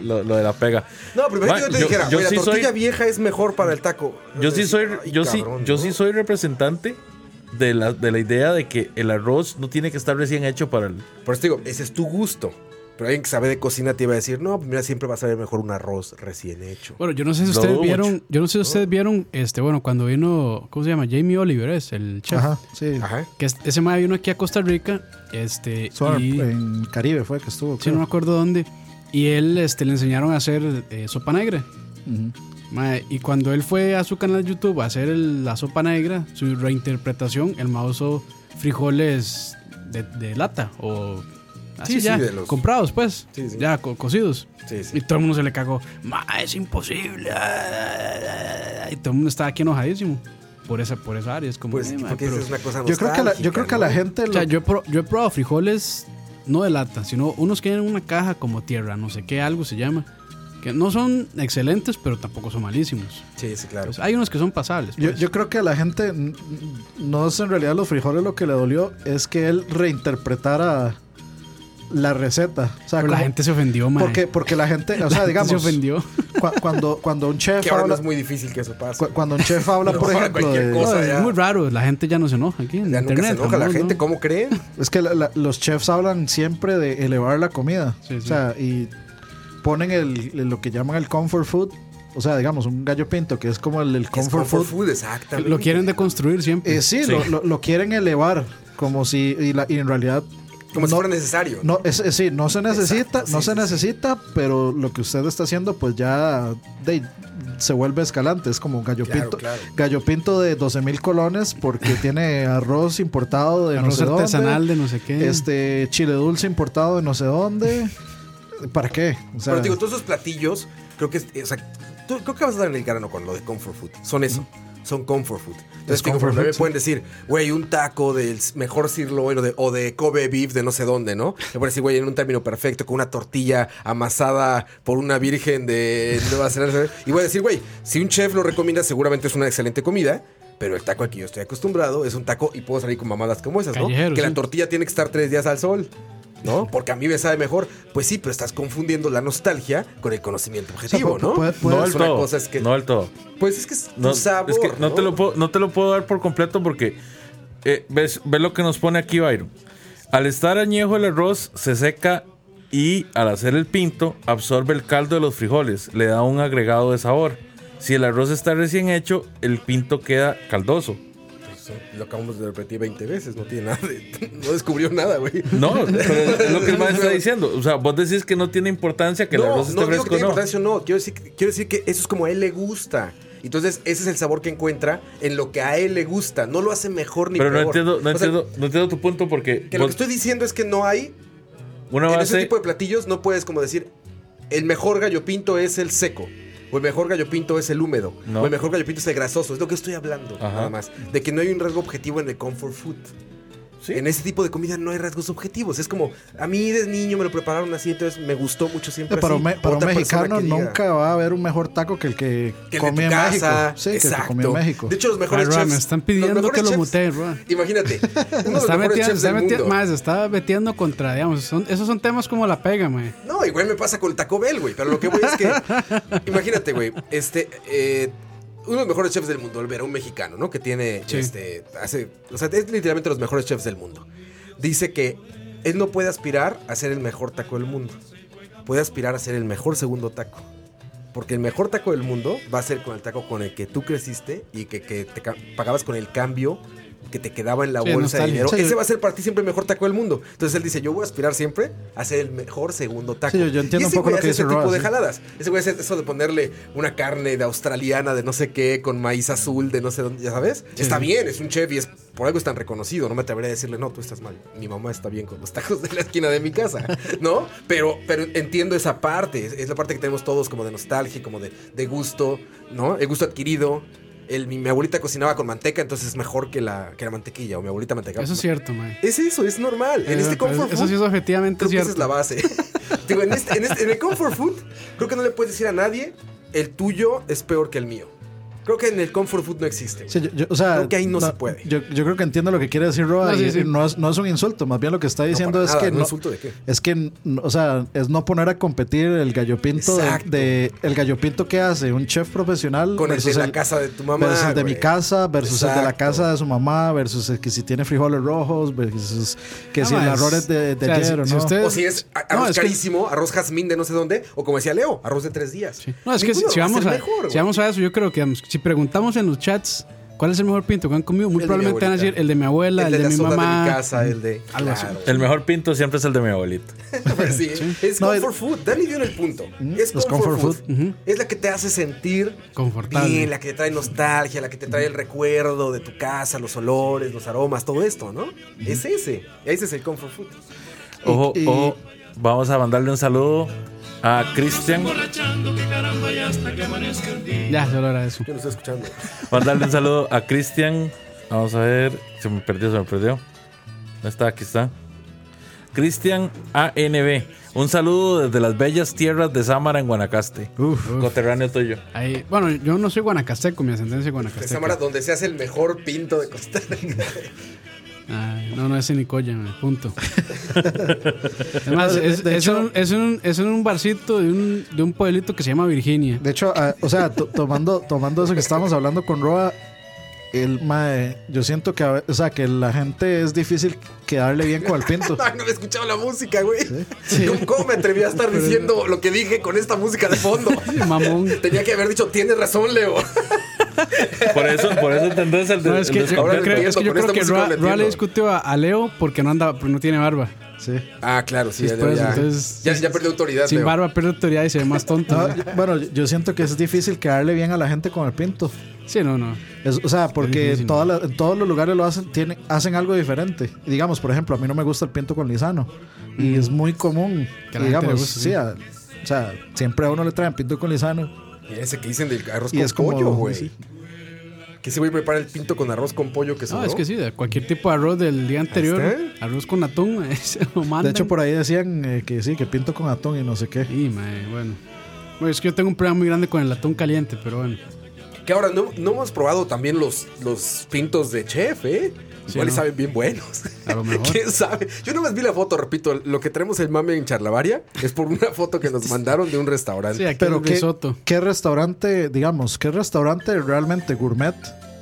lo, lo de la pega. No, pero imagínate Ma, que yo te dijera, yo güey, la sí soy- tortilla vieja es mejor para el taco. Yo sí Decir, soy, "Ay, yo sí, cabrón, yo ¿no?". sí soy representante de la, de la idea de que el arroz no tiene que estar recién hecho para el. Por eso te digo, ese es tu gusto. Pero alguien que sabe de cocina te iba a decir, no, pues mira, siempre va a saber mejor un arroz recién hecho. Bueno, yo no sé si Lo ustedes dudo mucho. vieron, yo no sé si ustedes vieron, este, bueno, cuando vino, ¿cómo se llama? Jamie Oliver es el chef. Ajá, sí. Ajá. Que es- ese mae vino aquí a Costa Rica, este, Suar, y, en Caribe fue que estuvo. sí, creo. no me acuerdo dónde, y él, este, le enseñaron a hacer eh, sopa negra. Ujú. Mae, y cuando él fue a su canal de YouTube a hacer el- la sopa negra, su reinterpretación, el mae usó frijoles de, de lata o así Sí, sí, ya, de los- comprados pues, Sí, sí. ya co- cocidos. Sí, sí. Y todo el mundo se le cagó. Ma, es imposible. Y todo el mundo estaba aquí enojadísimo por esa, por esa área. Es como, Pues, "Eh, ma, porque pero-". esa es una cosa Yo creo que la, yo creo que a la nostálgica, gente. O lo- sea, yo, he pro- yo he probado frijoles no de lata, sino unos que en una caja como tierra, no sé qué, algo se llama. Que no son excelentes, pero tampoco son malísimos. ¿no? Sí, sí, claro. Pues, hay unos que son pasables. Yo, pues. yo creo que a la gente, n- no es en realidad los frijoles lo que le dolió, es que él reinterpretara la receta. O sea, pero la como- gente se ofendió, man. porque, porque la gente, o La sea, gente digamos, se ofendió. cua- cuando, cuando un chef Que ahora no habla, es muy difícil que eso pase. cu- cuando un chef habla, No, por para ejemplo, cualquier de- cosa. No, ya- es muy raro, la gente ya no se enoja aquí en Ya nunca se internet. enoja la jamás, gente, ¿no? ¿cómo creen? es que la- la- los chefs hablan siempre de elevar la comida. Sí, O sí. sea, y ponen el, el- lo que llaman el comfort food. O sea, digamos, un gallo pinto que es como el, el Que es comfort food exactamente. Lo quieren deconstruir siempre. Eh, sí, Sí. Lo, lo- lo quieren elevar como si y, la- y en realidad Como si no, fuera necesario. no es, es- sí, no se necesita, Exacto, no sí, sí, se sí. necesita, pero lo que usted está haciendo pues ya de- se vuelve escalante, es como un gallo Claro, pinto, claro. gallo pinto de 12 mil colones porque tiene arroz importado de no Arroz sé dónde, artesanal de no sé qué. este chile dulce importado de no sé dónde, ¿para qué? O sea, Pero digo, todos esos platillos, creo que, es- o sea, tú- creo que vas a dar en el grano con lo de comfort food. Son eso. Son comfort food. Entonces, Es digo, comfort por ejemplo, food, me sí. pueden decir, güey, un taco del mejor sirloin o de, o de Kobe beef de no sé dónde, ¿no? Me pueden decir, güey, en un término perfecto, con una tortilla amasada por una virgen de Nueva Zelanda. Y voy a decir, güey, si un chef lo recomienda, seguramente es una excelente comida. Pero el taco al que yo estoy acostumbrado es un taco y puedo salir con mamadas como esas, ¿no? Callejero, que la sí. tortilla tiene que estar tres días al sol. ¿no? Porque a mí me sabe mejor. Pues sí, pero estás confundiendo la nostalgia con el conocimiento objetivo, O sea, ¿no? puede- puede- no Pues del una todo. cosa es que- No del todo. Pues es que es No, tu sabor. es que no, Te lo puedo, no te lo puedo dar por completo porque eh, ves, ve lo que nos pone aquí Byron. Al estar añejo el arroz se seca y al hacer el pinto absorbe el caldo de los frijoles, le da un agregado de sabor. Si el arroz está recién hecho, el pinto queda caldoso. Pues, lo acabamos de repetir 20 veces, no tiene nada de- No descubrió nada, güey. No, pero es lo que el maestro está diciendo. O sea, vos decís que no tiene importancia que el no, arroz esté no digo que este fresco o tenga no. importancia o no. Quiero decir, que- quiero decir que eso es como a él le gusta. Entonces, ese es el sabor que encuentra en lo que a él le gusta. No lo hace mejor ni Pero no peor. entiendo, no, O sea, entiendo, no entiendo tu punto porque que lo que vos- estoy diciendo es que no hay. una ah, en ese base tipo de platillos no puedes como decir. El mejor gallo pinto es el seco. O el mejor gallo pinto es el húmedo. No. O el mejor gallo pinto es el grasoso. Es lo que estoy hablando, Ajá. nada más. De que no hay un rasgo objetivo en el comfort food. Sí. En ese tipo de comida no hay rasgos objetivos. Es como, a mí de niño me lo prepararon así, entonces me gustó mucho siempre. Para, así. un, eh, me- para un Otra persona mexicano que diga- nunca va a haber un mejor taco que el que, que el de comí tu en casa. México. Sí, que el que Exacto. comí en México. De hecho, los mejores Ay, Roa, chefs. me están los pidiendo mejores que lo chefs- mutee, Roa. Imagínate. Uno de los Está mejores metiendo, chefs está del metiendo, mundo. más, está metiendo contra, digamos, son- esos son temas como la pega, mae. No, igual me pasa con el Taco Bell, güey. Pero lo que voy es que. imagínate, güey. Este. eh, uno de los mejores chefs del mundo, Olvera, un mexicano, ¿no? Que tiene. Sí. Este. Hace. O sea, es literalmente los mejores chefs del mundo. Dice que él no puede aspirar a ser el mejor taco del mundo. Puede aspirar a ser el mejor segundo taco. Porque el mejor taco del mundo va a ser con el taco con el que tú creciste y que, que te ca- pagabas con el cambio que te quedaba en la Sí, bolsa de nostalgia. dinero. Sí. Ese va a ser para ti siempre el mejor taco del mundo. Entonces él dice, yo voy a aspirar siempre a ser el mejor segundo taco. Sí, yo- yo entiendo Y ese un poco güey lo que hace ese dice Roa, tipo de sí. jaladas. Ese güey hace eso de ponerle una carne de australiana de no sé qué con maíz azul de no sé dónde, ya sabes. Está bien, es un chef y es por algo es tan reconocido. No me atrevería a decirle, no, tú estás mal. Mi mamá está bien con los tacos de la esquina de mi casa, ¿no? Pero, pero entiendo esa parte. Es, es la parte que tenemos todos como de nostalgia, como de, de gusto, ¿no? El gusto adquirido. El- mi, mi abuelita cocinaba con manteca, entonces es mejor que la, que la mantequilla. O mi abuelita manteca. Eso es cierto, mae. Es eso, es normal. en este Eso- comfort Eso sí food, es objetivamente creo que esa cierto. es la base. Digo, en, este- en este- en el comfort food, creo que no le puedes decir a nadie, el tuyo es peor que el mío. Creo que en el comfort food no existe. Sí, yo- yo- o sea, Creo que ahí no se puede. Yo, yo creo que entiendo lo que quiere decir Roa. No, sí, y- y sí. no, es, no es un insulto, más bien lo que está diciendo para es nada, que ¿no? no, ¿Insulto de qué? es que, n- o sea, es no poner a competir el gallo pinto de, Exacto. de- el gallo pinto que hace un chef profesional Con pues, el de versus la casa de tu mamá, versus el de güey. mi casa, versus el de la Exacto. casa de su mamá, versus el que si tiene frijoles rojos, versus que No, si el mae, arroz es de, de o sea, si- ayer o si no. usted- O si es a- No, arroz es que- carísimo, arroz jazmín de no sé dónde, o como decía Leo, arroz de tres días. Sí. No, es que si, Ninguno si va vamos ser a, mejor, güey. si vamos a eso, yo creo que digamos, si preguntamos en los chats cuál es el mejor pinto que han comido, muy El de mi probablemente van a abuelita. decir el de mi abuela, el, de, la mi soda mamá. de mi casa, el de. Algo así. Claro. el mejor pinto siempre es el de mi abuelito. Pues sí, es No, el- comfort food. Dani dio en el punto. Es los comfort, comfort food. food. Es la que te hace sentir Confortable. bien, la que te trae nostalgia, la que te trae el recuerdo de tu casa, los olores, los aromas, todo esto, ¿no? Es ese. Ese es el comfort food. Ojo, Y- y- ojo, vamos a mandarle un saludo a Cristian. Ya, solo era eso. Yo lo estoy escuchando. Mandarle un saludo a Cristian. Vamos a ver. Se me perdió, se me perdió. No está, aquí está. Cristian ANB. Un saludo desde las bellas tierras de Sámara en Guanacaste. Coterráneo tuyo. Ahí, bueno, yo no soy guanacasteco, mi ascendencia es De guanacasteca. Samara, donde se hace el mejor pinto de Costa Rica. Ay, no, no es en Nicoya, mae, punto. Además, No, de- es, de es hecho- en un, es en un- es en un barcito de un, de un pueblito que se llama Virginia. De hecho, ah, o sea, to- tomando, tomando eso que estábamos hablando con Roa, el mae, yo siento que, a ve- o sea, que la gente es difícil quedarle bien con el pinto. Ay, no había escuchado la música, güey. ¿Cómo- ¿Cómo me atreví a estar diciendo lo que dije con esta música de fondo? Mamón. Tenía que haber dicho, tienes razón, Leo. Por eso, por eso entendés el de. No, es que el yo, de- yo ahora lo creo, entiendo, es que yo con creo esta que música Roa, lo Roa le entiendo. discutió a, a Leo porque no anda, porque no tiene barba. Sí. Ah, claro, sí. Sí, ya, por eso, ya, entonces- ya, ya perdió autoridad, Sin Leo. barba pierde autoridad y se ve más tonto. No, ¿no? yo- bueno, yo- yo siento que es difícil quedarle bien a la gente con el pinto. Sí, no, no. Es- o sea, porque difícil. en, todas las- en todos los lugares lo hacen, tienen, hacen algo diferente. Y digamos, por ejemplo, a mí no me gusta el pinto con lisano. Y es muy común. Mm. Que a la gente digamos, le guste, sí, sí. a- o sea, siempre a uno le traen pinto con lisano. Y ese que dicen del arroz Y con es como- pollo, güey. sí. Que ese güey prepara el pinto con arroz con pollo que No, sobró. es que sí, de cualquier tipo de arroz del día anterior, está. arroz con atún, mae, se lo mandan. De hecho, por ahí decían eh, que sí, que pinto con atún y no sé qué. Y, mae, bueno. Bueno, es que yo tengo un problema muy grande con el atún caliente, pero bueno. Que ahora no, no hemos probado también los, los pintos de chef, ¿eh? Sí, Igual y ¿no? saben bien buenos. A lo mejor. ¿Quién sabe? Yo nomás vi la foto, repito, lo que tenemos el mame en Charlavaria es por una foto que nos mandaron de un Sí, restaurante. aquí Pero un ¿qué, risotto. qué restaurante, digamos, qué restaurante realmente gourmet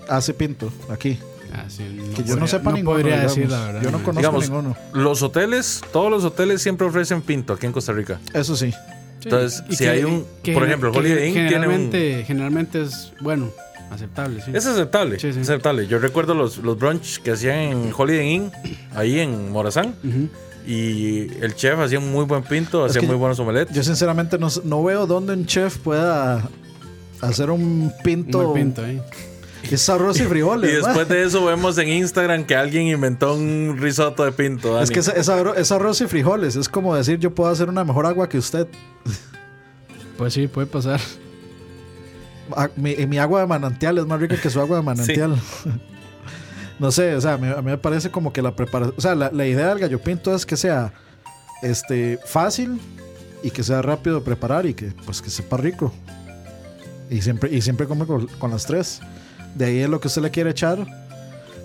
hace pinto aquí? Ah, sí, Que yo no podría- sepa ninguno. podría digamos. decir la verdad. Yo no mae. conozco digamos, ninguno. los hoteles, todos los hoteles siempre ofrecen pinto aquí en Costa Rica. Eso sí. Sí. Entonces, Y si hay un- por ejemplo, que Holiday Inn tiene un- generalmente, generalmente es bueno. Aceptable, sí. Es aceptable, Sí, sí. aceptable. Yo recuerdo los, los brunch que hacían en Holiday Inn, ahí en Morazán. Ujú. Y el chef hacía un muy buen pinto, Es hacía que muy yo- buenos omelettes. Yo sinceramente no, s- no veo dónde un chef pueda hacer un Un pinto. buen pinto ahí. Es arroz y frijoles. y después ma. de eso vemos en Instagram que alguien inventó un risotto de pinto. Dani. Es que es, es arro- es arroz y frijoles. Es como decir yo puedo hacer una mejor agua que usted. Pues sí, puede pasar. A- Ah, mi, y mi agua de manantial es más rica que su agua de manantial. no sé, o sea, a mí, a mí me parece como que la preparación. O sea, la, la idea del gallo pinto es que sea este, fácil y que sea rápido de preparar y que, pues, que sepa rico. Y siempre, y siempre come con, con las tres. De ahí es lo que usted le quiere echar.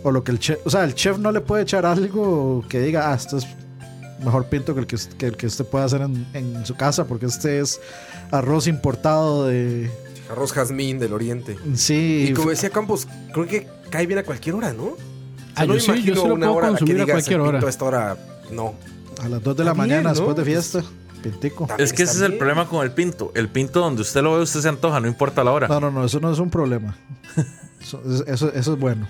O lo que el chef. O sea, el chef no le puede echar algo que diga, ah, esto es mejor pinto que el que, us- que el que usted puede hacer en, en su casa, porque este es arroz importado de. Arroz jazmín del oriente. Sí, Y como decía Campos, creo que cae bien a cualquier hora, ¿no? O sea, Ah, no yo sí, yo imagino sí lo una puedo hora la que consumir a digas, cualquier hora. "Pinto a esta hora, no. a las 2 de la Ah, Está bien, ¿no? mañana después de fiesta, pintico. También Es que ese está es el bien. problema con el pinto. El pinto donde usted lo ve, usted se antoja, no importa la hora. No, no, no, eso no es un problema. Eso, eso, eso es bueno.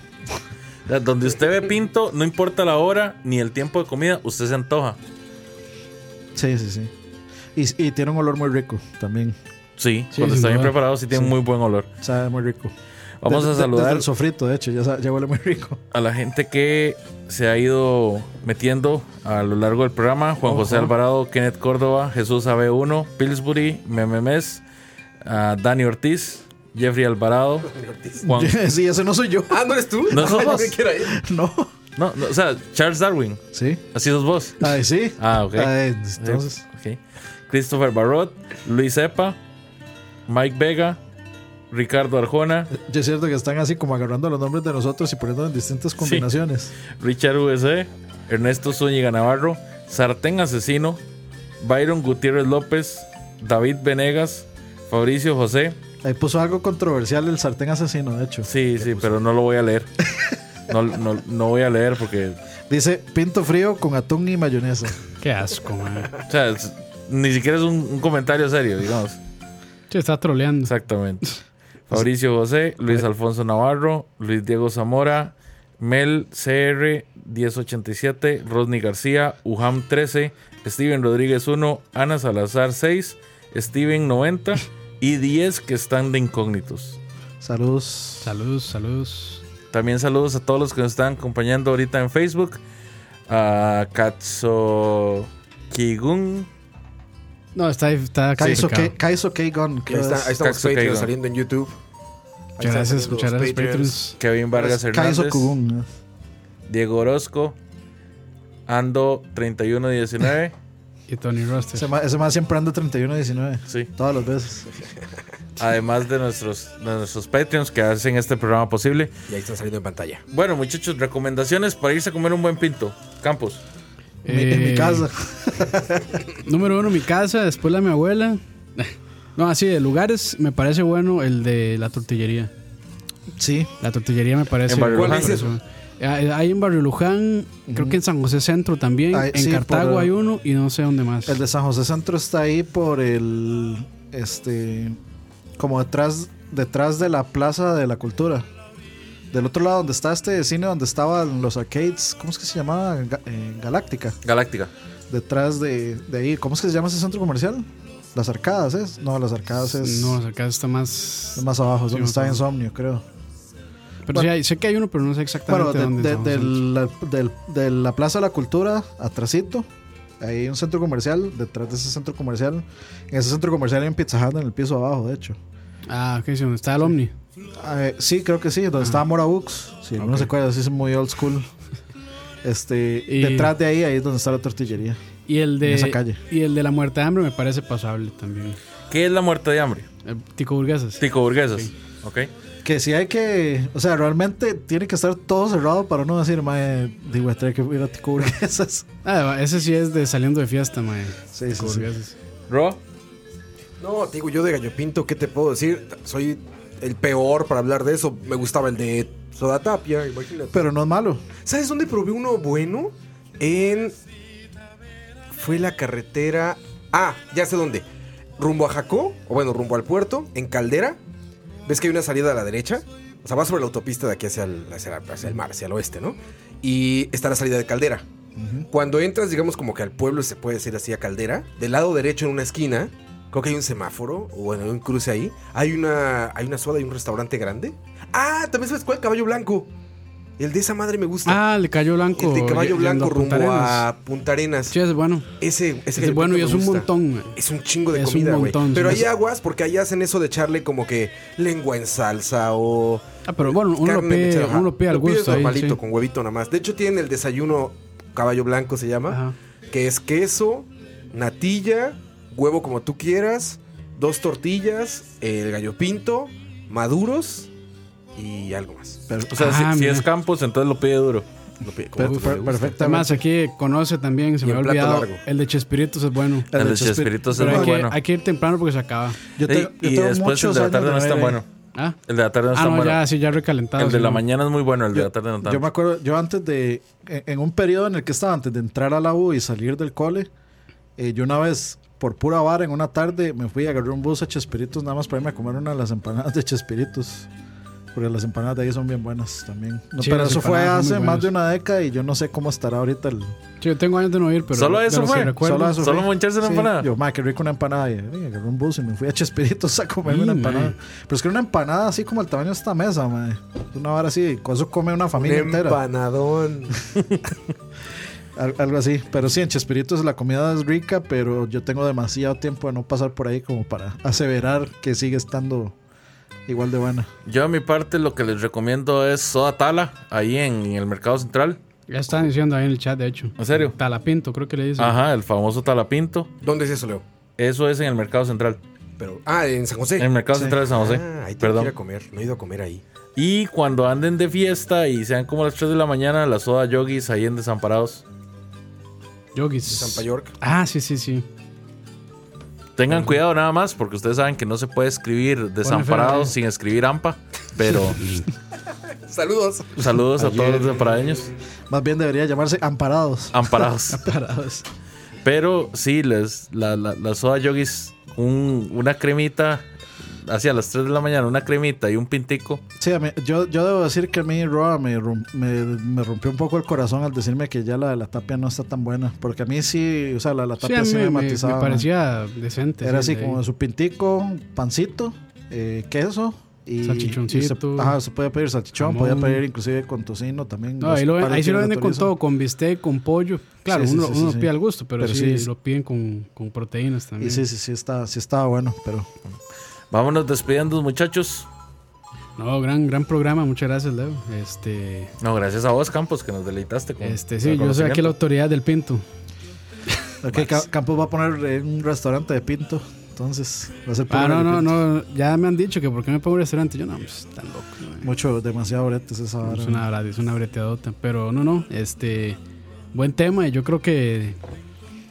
O sea, Donde usted ve pinto, no importa la hora ni el tiempo de comida, usted se antoja. Sí, sí, sí. Y, y tiene un olor muy rico también. Sí, Sí, cuando sin está bien duda. preparado, sí tiene Sí. muy buen olor. Sabe muy rico. Vamos Desde- a de- saludar Desde el sofrito, de hecho, ya, sa- ya huele muy rico. a la gente que se ha ido metiendo a lo largo del programa. Juan José Alvarado, Kenneth Córdoba, Jesús AB1, Pillsbury, Mememes, a Dani Ortiz, Jeffrey Alvarado, Juan... sí, ese no soy yo. Ah, ¿no eres tú? No sos Ay, vos. que quiera ir. No. No, no, o sea, Charles Darwin, Sí. así sos vos. Ay, sí. Ah, ok. Ay, entonces. Ok. Christopher Barrot, Luis Epa, Mike Vega, Ricardo Arjona, Ya es cierto que están así como agarrando los nombres de nosotros y poniendo en distintas combinaciones. Richard VC, Ernesto Zúñiga Navarro, Sartén Asesino, Byron Gutiérrez López, David Venegas, Fabricio José. Ahí puso algo controversial el sartén asesino, de hecho. Sí, sí, pero no lo voy a leer. No, no, no voy a leer porque. Dice pinto frío con atún y mayonesa. este. Qué asco, man. O sea, es- ni siquiera es un, un comentario serio, digamos. Se está troleando. Exactamente. Fabricio José, Luis Alfonso Navarro, Luis Diego Zamora, Mel CR 1087, Rodney García, Uham 13, Steven Rodríguez 1, Ana Salazar 6, Steven 90 y 10 que están de incógnitos. Saludos. Saludos, saludos. También saludos a todos los que nos están acompañando ahorita en Facebook. A Katso Kigun, No, está, está Kaiso complicado. K- Kaiso K. Gun. Ahí, está, ahí están los Taxo Patreons Caigo. saliendo en YouTube. Ahí Muchas están gracias, saliendo muchas los gracias, Patreons. Kevin Vargas Kaiso Hernández, Kugun. ¿no? Diego Orozco, Ando 3119. Y Tony Roster. Ese ma, ese ma siempre anda 31-19. Sí. Todas las veces. Además de nuestros, de nuestros Patreons que hacen este programa posible. Y ahí están saliendo en pantalla. Bueno, muchachos, recomendaciones para irse a comer un buen pinto. Campos. Mi- en mi Eh, casa. Número uno, mi casa, después la de mi abuela. No, así de lugares, me parece bueno el de la tortillería. Sí. La tortillería me parece. ¿En Barrio me Luján? parece ¿Cuál bueno. Eh, Hay en Barrio Luján, creo que en San José Centro también, Ay, en sí, Cartago por- hay uno y no sé dónde más. El de San José Centro está ahí por el. Este. Como detrás, detrás de la Plaza de la Cultura. Del otro lado donde está este cine donde estaban los arcades. ¿Cómo es que se llamaba? Ga- eh, Galáctica. Galáctica. Detrás de, de ahí. ¿Cómo es que se llama ese centro comercial? Las arcadas, ¿es? No, las arcadas es. No, acá está más. es más abajo, es Sí, donde me está acuerdo. Insomnio, creo. Pero sí hay- sé que hay uno, pero no sé exactamente Bueno, de, dónde. de- en San José Centro. del- la, del- de la Plaza de la Cultura, atrasito, hay un centro comercial, detrás de ese centro comercial, en ese centro comercial hay un Pizza Hut en el piso abajo, de hecho. Ah, ok, sí, donde está el Omni. Eh, sí, creo que sí, donde estaba Mora Books, si alguno se acuerda, sí es muy old school. Este, Y- detrás de ahí, ahí es donde está la tortillería. Y el de. En esa calle. Y el de la muerte de hambre me parece pasable también. ¿Qué es la muerte de hambre? Eh, Tico Burguesas. Tico burguesas. Ok. Que si hay que, o sea, realmente tiene que estar todo cerrado para no decir, mae, digo, voy a tener que ir a Tico Burguesas. Ah, ese sí es de saliendo de fiesta, mae. Sí, sí, Tico sí. Burguesas. Ro, No, te digo, yo de gallo pinto, ¿qué te puedo decir? Soy el peor para hablar de eso. Me gustaba el de Soda Tapia, imagínate. Pero no es malo. ¿Sabes dónde probé uno bueno? En. Fue la carretera. Ah, ya sé dónde. Rumbo a Jacó, o bueno, rumbo al puerto, en Caldera. ves que hay una salida a la derecha. O sea, va sobre la autopista de aquí hacia el, hacia, hacia el mar, hacia el oeste, ¿no? Y está la salida de Caldera. Cuando entras, digamos, como que al pueblo se puede decir así a Caldera, del lado derecho en una esquina, creo que hay un semáforo o bueno, hay un cruce ahí. Hay una, hay una soda y un restaurante grande. Ah, también sabes cuál, Caballo Blanco. El de esa madre me gusta. Ah, el de Caballo Blanco. el de Caballo y- Blanco yendo a rumbo Punta Arenas. a Punta Arenas. Sí, es bueno. Ese, ese Es bueno y me es un gusta. montón. güey. Es un chingo de Es un comida, güey. montón, Pero sí. hay aguas porque ahí hacen eso de echarle como que lengua en salsa o. Ah, pero bueno, uno lo carne pide, mechada. Ajá. uno lo pide al pides gusto. ahí, normalito, sí. con huevito nada más. De hecho, tienen el desayuno caballo blanco, se llama. Ajá. Que es queso, natilla, huevo como tú quieras, dos tortillas, el gallo pinto, maduros y algo más. O sea, si- Ah, si, mira. es Campos, entonces lo pide duro. Lo pide Per- como tú per- le gusta. perfectamente. Además, aquí conoce también, se Y me en había plato olvidado. largo. El de Chespiritos es bueno. El El de de Chespiritos es Pero hay, muy que, bueno. hay que ir temprano porque se acaba. Yo te- Ey, yo y tengo después el muchos de la años tarde no es tan ir ahí. bueno. Ah, El de la tarde no es ah tan no, bueno. ya, sí, ya recalentado. El de sí, la no. mañana es muy bueno, el de Yo- la tarde no Yo tanto. me acuerdo, yo antes de, en, en un periodo en el que estaba, antes de entrar a la U y salir del cole, eh, yo una vez, por pura vara, en una tarde, me fui a agarrar un bus a Chespiritos nada más para irme a comer una de las empanadas de Chespiritos. Porque las empanadas de ahí son bien buenas también. No, Sí, pero las eso fue empanadas son hace muy más de buenas. una década y yo no sé cómo estará ahorita el... Sí, yo tengo años de no ir, pero. Solo eso pero sí fue. recuerdo. Solo- eso fue. moncharse una Sí, empanada? Yo, ma, qué rico una empanada. Y, eh, agarré un bus y me fui a Chespiritos a comerme Sí, una ma. empanada. Pero es que era una empanada así como el tamaño de esta mesa, ma. Una vara así, con eso come una Un familia entera. empanadón. Al- Algo así, pero sí, en Chespiritos la comida es rica, pero yo tengo demasiado tiempo de no pasar por ahí como para aseverar que sigue estando igual de buena. Yo a mi parte lo que les recomiendo es Soda Tala, ahí en, en el Mercado Central. Ya estaban diciendo ahí en el chat, de hecho. ¿En serio? Ah. Talapinto, creo que le dicen. Ajá, el famoso Talapinto. ¿Dónde es eso, Leo? Eso es en el Mercado Central. Pero, ah, en San José. En el Mercado Sí. Central de San José. Ah, ahí tengo que ir a Eh. Perdón. comer. No he ido a comer ahí. Y cuando anden de fiesta y sean como las 3 de la mañana, la Soda Yogis ahí en Desamparados. Yogis. San York. Ah, sí, sí, sí. Tengan cuidado nada más, porque ustedes saben que no se puede escribir Desamparados enfermedad. sin escribir AMPA. Pero Saludos. saludos a todos los desamparadeños. Más bien debería llamarse Ah. Amparados. Amparados. Parados. Pero sí, les, la, la, la soda yogis, un- una cremita, hacia las 3 de la mañana, una cremita y un pintico. Sí, a mí- yo, yo debo decir que a mí Roa me, rom- me, me rompió un poco el corazón al decirme que ya la de la tapia no está tan buena, porque a mí sí, o sea, la de la Sí, tapia a mí sí me me, me matizaba. parecía decente. Era sí, así de como ahí. su pintico, pancito, eh, queso. Y, Salchichoncito. y se, ajá, se podía pedir salchichón, Jamón. podía pedir inclusive con tocino también. No, los ahí, lo ven- pares ahí sí que lo le venden con autorizo. todo, con bistec, con pollo. Claro, Sí, sí, uno, sí, uno sí, pide sí. al gusto, pero, Pero sí, sí. lo piden con, con proteínas Y también. sí, sí, sí está, sí estaba bueno, pero Vámonos despidiendo, muchachos. No, gran, gran programa, muchas gracias, Leo. Este, No, gracias a vos, Campos, que nos deleitaste con. este con sí, el yo soy aquí la conocimiento. autoridad del pinto. Ok, Ca- Campos va a poner eh, un restaurante de pinto, entonces va a ser Ah, puro no, no, pinto. no, ya me han dicho que por qué me pongo un restaurante. Yo no, pues tan loco. no, Mucho, demasiado bretes esa vara. Es una, bra- es una breteadota, pero no, no, este, buen tema y yo creo que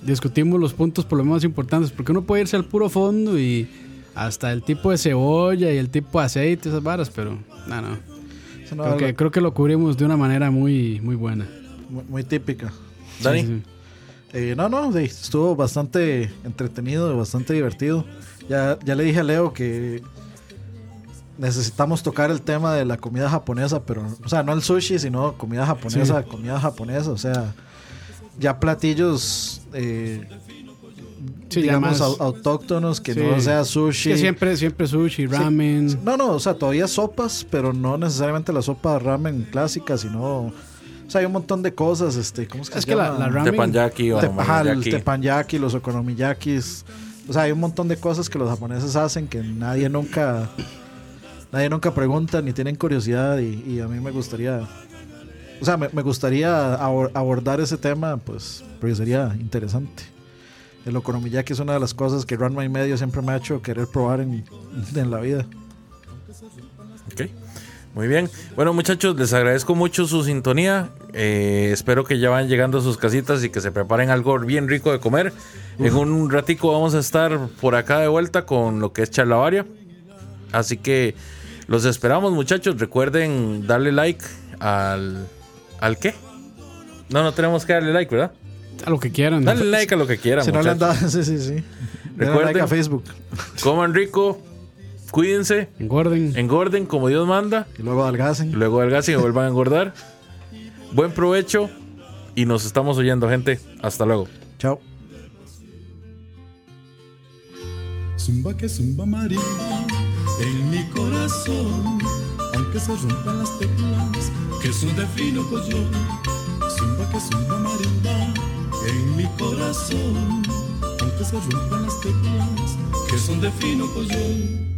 discutimos los puntos por lo menos importantes, porque uno puede irse al puro fondo y hasta el tipo de cebolla y el tipo de aceite, esas varas, pero no, no. Es una Creo vara que, creo que lo cubrimos de una manera muy, muy buena. muy, muy típica. Dani, Sí, sí, sí. Eh, no, no, sí, estuvo bastante entretenido, bastante divertido. Ya, ya le dije a Leo que necesitamos tocar el tema de la comida japonesa, pero, o sea, no el sushi, sino comida japonesa, comida japonesa, o sea, ya platillos, eh, Sí, ya digamos, más- au- autóctonos, que sí. no sea Es sushi. que siempre, siempre sushi, ramen. Sí. No, no, o sea, todavía sopas, pero no necesariamente la sopa de ramen clásica, sino. O sea, hay un montón de cosas, este, ¿cómo es que Es se que la, llama? la ramen. Tepanyaki o Te- ajá, el Omoyaki. tepanyaki, los okonomiyakis. O sea, hay un montón de cosas que los japoneses hacen que nadie nunca. Nadie nunca pregunta ni tienen curiosidad y, y a mí me gustaría. O sea, me, me gustaría abor- abordar ese tema, pues, porque sería interesante. El okonomiyaki es una de las cosas que Ranma y Medio siempre me ha hecho querer probar en- en la vida. Ok. Muy bien. Bueno, muchachos, les agradezco mucho su sintonía. Eh, espero que ya van llegando a sus casitas y que se preparen algo bien rico de comer. En un ratico vamos a estar por acá de vuelta con lo que es Charlavaria. Así que los esperamos, muchachos. Recuerden darle like al. ¿Al qué? No, no tenemos que darle like, ¿verdad? A lo que quieran. Dale like a lo que quieran. pues, Si no le han muchachos. dado, sí, sí, sí. Denle Recuerden- like a Facebook. Coman rico, cuídense, Engorden. engorden como Dios manda, Y luego y adelgacen. luego adelgacen y vuelvan a engordar. Buen provecho y nos estamos oyendo, gente. Hasta luego. Chao. Zumba que zumba María, en mi corazón, aunque se rompan las teclas, que son de fino collón. Zumba que zumba marimba, en mi corazón, aunque se rompan las teclas, que son de fino collón.